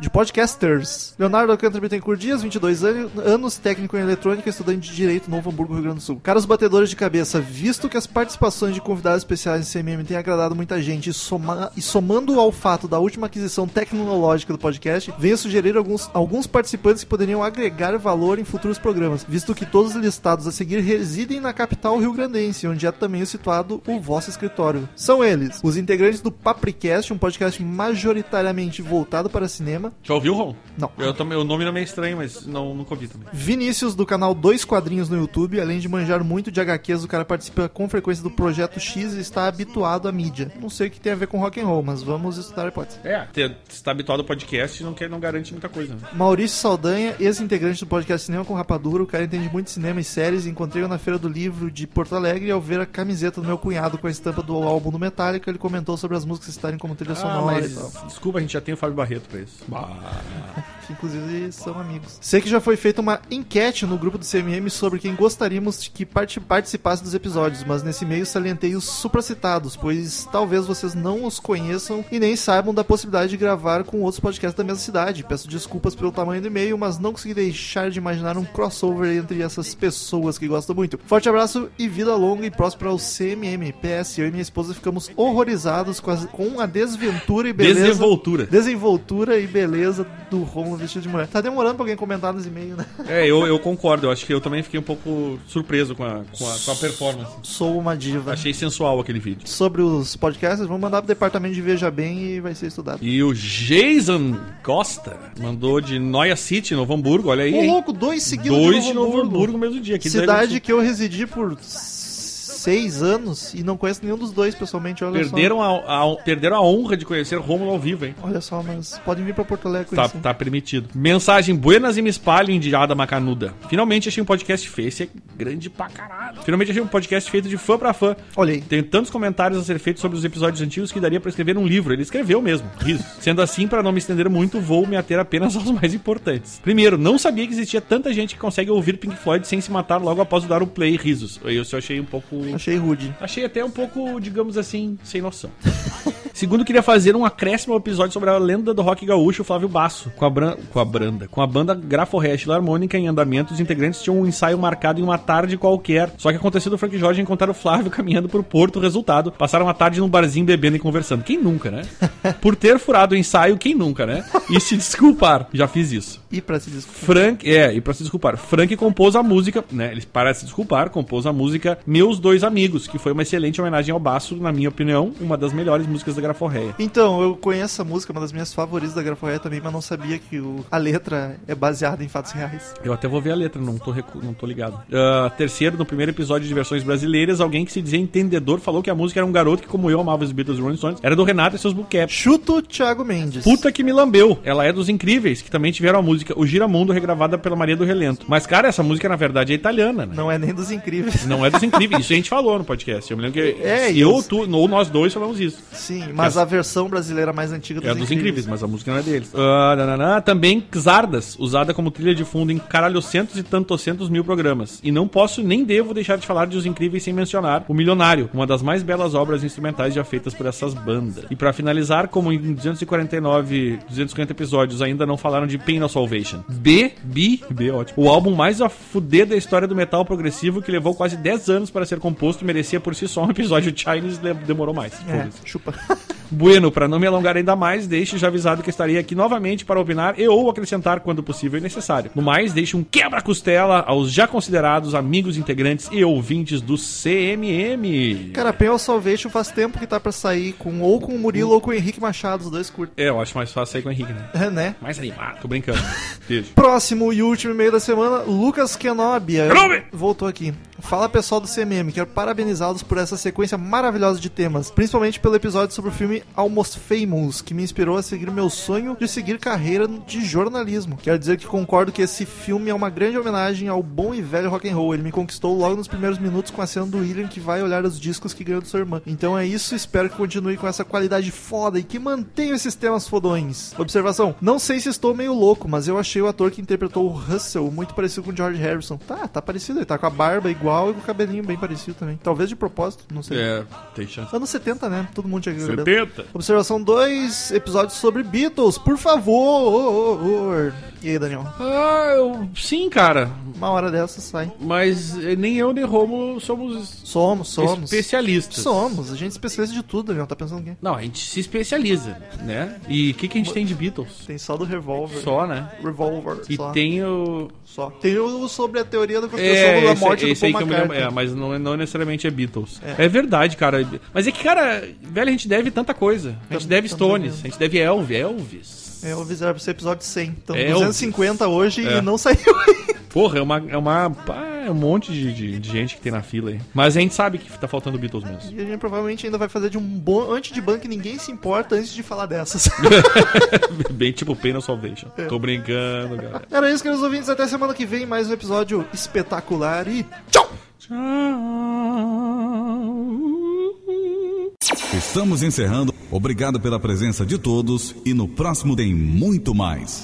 [SPEAKER 1] De podcasters. Leonardo Alcântara Bittencourt Dias, 22 ano- anos, técnico em eletrônica, estudante de direito, Novo Hamburgo, Rio Grande do Sul. Caros batedores de cabeça, visto que as participações de convidados especiais em CMM têm agradado muita gente e, soma- e somando ao fato da última aquisição tecnológica do podcast, venho sugerir alguns, alguns participantes que poderiam agregar valor em futuros programas, visto que todos os listados a seguir residem na capital rio-grandense, onde é também situado o vosso escritório. São eles, os integrantes do Papricast, um podcast majoritariamente voltado para cinema.
[SPEAKER 3] Já ouviu, Rom?
[SPEAKER 1] Não.
[SPEAKER 3] Eu também, o nome não é meio estranho, mas não, nunca ouvi também.
[SPEAKER 1] Vinícius, do canal Dois Quadrinhos no YouTube, além de manjar muito de HQs, o cara participa com frequência do Projeto X e está habituado à mídia. Não sei o que tem a ver com rock and roll, mas vamos estudar a hipótese.
[SPEAKER 3] É, você está habituado ao podcast e não, quer, não garante muita coisa, né?
[SPEAKER 1] Maurício Saldanha, ex-integrante do podcast Cinema com Rapadura, o cara entende muito de cinema e séries. Encontrei-o na Feira do Livro de Porto Alegre ao ver a camiseta do meu cunhado com a estampa do álbum do Metallica. Ele comentou sobre as músicas estarem como trilha
[SPEAKER 3] Ah,
[SPEAKER 1] sonora e tal.
[SPEAKER 3] mas, desculpa, a gente já tem o Fábio Barreto pra isso.
[SPEAKER 1] Que inclusive são amigos. Sei que já foi feita uma enquete no grupo do CMM sobre quem gostaríamos de que parte- participasse dos episódios, mas nesse meio salientei os supracitados, pois talvez vocês não os conheçam e nem saibam da possibilidade de gravar com outros podcasts da mesma cidade. Peço desculpas pelo tamanho do e-mail, mas não consegui deixar de imaginar um crossover entre essas muitas pessoas que gostam muito. Forte abraço e vida longa e próspera ao CMM. PS, eu e minha esposa ficamos horrorizados com, as- com a desventura e beleza.
[SPEAKER 3] Desenvoltura.
[SPEAKER 1] Desenvoltura e beleza do Romulo vestido de mulher. Tá demorando pra alguém comentar nos e-mails, né?
[SPEAKER 3] É, eu, eu concordo. Eu acho que eu também fiquei um pouco surpreso com a, com a, com a performance.
[SPEAKER 1] Sou uma diva.
[SPEAKER 3] Achei sensual aquele vídeo.
[SPEAKER 1] Sobre os podcasts, vamos mandar pro departamento de Veja Bem e vai ser estudado.
[SPEAKER 3] E o Jason Costa mandou de Noia City, Novo Hamburgo, olha aí.
[SPEAKER 1] Ô,
[SPEAKER 3] hein?
[SPEAKER 1] louco, dois seguidos
[SPEAKER 3] Dois Uhum. de Novo Hamburgo no mesmo dia. aqui do Rio Grande do
[SPEAKER 1] Cidade que eu residi por s- seis anos e não conheço nenhum dos dois pessoalmente, olha
[SPEAKER 3] Sul. Perderam a, a- perderam a honra de conhecer Rômulo ao vivo, hein?
[SPEAKER 1] só. Olha só, mas podem vir pra Porto Alegre
[SPEAKER 3] Tá,
[SPEAKER 1] conhecer.
[SPEAKER 3] tá permitido. Mensagem buenas e me espalho, indiada macanuda. Finalmente achei um podcast feio. Esse é grande pra caralho. Finalmente achei um podcast feito de fã pra fã.
[SPEAKER 1] Olha aí.
[SPEAKER 3] Tem tantos comentários a ser feitos sobre os episódios antigos que daria pra escrever um livro. Ele escreveu mesmo. Riso. Sendo assim, pra não me estender muito, vou me ater apenas aos mais importantes. Primeiro, não sabia que existia tanta gente que consegue ouvir Pink Floyd sem se matar logo após dar o play. Risos. Eu só achei um pouco.
[SPEAKER 1] Achei rude.
[SPEAKER 3] Achei até um pouco, digamos assim, sem noção. Segundo, queria fazer um acréscimo ao episódio sobre a lenda do rock gaúcho, Flávio Basso, com a, bran- com a Branda. Com a banda Graforrest Harmônica em andamento, os integrantes tinham um ensaio marcado em uma tarde qualquer. Só que aconteceu do Frank Jorge encontrar o Flávio caminhando por Porto. Resultado, passaram a tarde num barzinho bebendo e conversando. Quem nunca, né? Por ter furado o ensaio, quem nunca, né? E se desculpar. Já fiz isso.
[SPEAKER 1] E pra se desculpar.
[SPEAKER 3] Frank, é, e pra se desculpar, Frank compôs a música, né? Ele para de se desculpar, compôs a música Meus Dois Amigos, que foi uma excelente homenagem ao Baço, na minha opinião, uma das melhores músicas da Graforreia.
[SPEAKER 1] Então, eu conheço a música, uma das minhas favoritas da Graforé também, mas não sabia que o- a letra é baseada em fatos reais.
[SPEAKER 3] Eu até vou ver a letra, não tô, recu- não tô ligado. Ah, terceiro, no primeiro episódio de versões brasileiras, alguém que se dizia entendedor falou que a música era um garoto que, como eu, amava os Beatles e Rolling Stones, era do Renato e seus bookcaps.
[SPEAKER 1] Chuto Thiago Mendes.
[SPEAKER 3] Puta que me lambeu. Ela é dos incríveis, que também tiveram a música O Giramundo, regravada pela Maria do Relento. Mas, cara, essa música, na verdade, é italiana, né?
[SPEAKER 1] Não é nem dos incríveis.
[SPEAKER 3] Não é dos incríveis. Isso a gente falou no podcast. Eu me lembro que
[SPEAKER 1] É,
[SPEAKER 3] eu,
[SPEAKER 1] isso.
[SPEAKER 3] tu, ou nós dois falamos isso.
[SPEAKER 1] Sim, mas a versão brasileira mais antiga
[SPEAKER 3] É a dos incríveis, mas a música não é deles. Ah, nananá. Também Xardas, usada como trilha de fundo em caralhocentos e tantocentos mil programas. E não posso nem devo deixar de falar de Os Incríveis sem mencionar O Milionário, uma das mais belas obras instrumentais já feitas por essas bandas. E pra finalizar, como em 249, 250 episódios ainda não falaram de Pain of Salvation. B, B, B, ótimo. O álbum mais a fuder da história do metal progressivo que levou quase 10 anos para ser composto, merecia por si só um episódio Chinese, le- demorou mais. Foda-se.
[SPEAKER 1] É, chupa.
[SPEAKER 3] Bueno, para não me alongar ainda mais, deixo já avisado que estarei aqui novamente para opinar e ou acrescentar quando possível e necessário. No mais, deixo um quebra-costela aos já considerados amigos integrantes e ouvintes do CMM.
[SPEAKER 1] Cara, Pen of Salvation faz tempo que tá pra sair com ou com o Murilo ou com o Henrique Machado, os dois curtos.
[SPEAKER 3] É, eu acho mais fácil sair com o Henrique, né?
[SPEAKER 1] É, né?
[SPEAKER 3] Mais animado. Tô brincando. Beijo.
[SPEAKER 1] Próximo e último e-mail da semana, Lucas Kenobia.
[SPEAKER 3] Kenobi!
[SPEAKER 1] Voltou aqui. Fala pessoal do CMM, quero parabenizá-los por essa sequência maravilhosa de temas, principalmente pelo episódio sobre o filme Almost Famous, que me inspirou a seguir meu sonho de seguir carreira de jornalismo. Quero dizer que concordo que esse filme é uma grande homenagem ao bom e velho rock and roll. Ele me conquistou logo nos primeiros minutos com a cena do William que vai olhar os discos que ganhou de sua irmã. Então é isso, espero que continue com essa qualidade foda e que mantenha esses temas fodões. Observação: não sei se estou meio louco, mas eu achei o ator que interpretou o Russell muito parecido com o George Harrison. Tá, tá parecido, ele tá com a barba igual e com o cabelinho bem parecido também. Talvez de propósito, não sei.
[SPEAKER 3] É, tem chance.
[SPEAKER 1] Anos 70, né? Todo mundo tinha que cabelo.
[SPEAKER 3] 70.
[SPEAKER 1] Observação 2, episódios sobre Beatles, por favor. E aí, Daniel?
[SPEAKER 3] Ah, eu... Sim, cara.
[SPEAKER 1] Uma hora dessa sai.
[SPEAKER 3] Mas eh, nem eu nem Romo somos
[SPEAKER 1] Somos, somos.
[SPEAKER 3] especialistas.
[SPEAKER 1] Somos, a gente é especialista de tudo, Daniel. Tá pensando o quê?
[SPEAKER 3] Não, a gente se especializa, né? E o que, que a gente tem de Beatles?
[SPEAKER 1] Tem só do Revolver.
[SPEAKER 3] Só, né?
[SPEAKER 1] Revolver.
[SPEAKER 3] E
[SPEAKER 1] só.
[SPEAKER 3] tem o.
[SPEAKER 1] Só. Tem o sobre a teoria da conspiração
[SPEAKER 3] É,
[SPEAKER 1] da
[SPEAKER 3] esse-
[SPEAKER 1] morte
[SPEAKER 3] esse
[SPEAKER 1] do
[SPEAKER 3] aí
[SPEAKER 1] Paul
[SPEAKER 3] que eu me lembro.
[SPEAKER 1] McCartney.
[SPEAKER 3] É, mas não, não necessariamente é Beatles.
[SPEAKER 1] É.
[SPEAKER 3] É. verdade, cara. Mas é que, cara, velho, a gente deve tanta coisa. A gente
[SPEAKER 1] Tam-
[SPEAKER 3] deve
[SPEAKER 1] tam
[SPEAKER 3] Stones,
[SPEAKER 1] devendo.
[SPEAKER 3] a gente deve Elvis. Elvis.
[SPEAKER 1] É, eu avisei pra você episódio 100. Então,
[SPEAKER 3] É,
[SPEAKER 1] 250 hoje
[SPEAKER 3] É.
[SPEAKER 1] e não saiu ainda.
[SPEAKER 3] Porra, é uma. É, uma, pá, é um monte de, de- de gente que tem na fila aí. Mas a gente sabe que tá faltando Beatles mesmo.
[SPEAKER 1] E a gente provavelmente ainda vai fazer de um bom antes de banco que ninguém se importa antes de falar dessas.
[SPEAKER 3] Bem tipo Pena Salvation. Tô brincando, galera.
[SPEAKER 1] Era isso, queridos ouvintes. Até semana que vem, mais um episódio espetacular e
[SPEAKER 10] Estamos encerrando. Obrigado pela presença de todos e no próximo tem muito mais.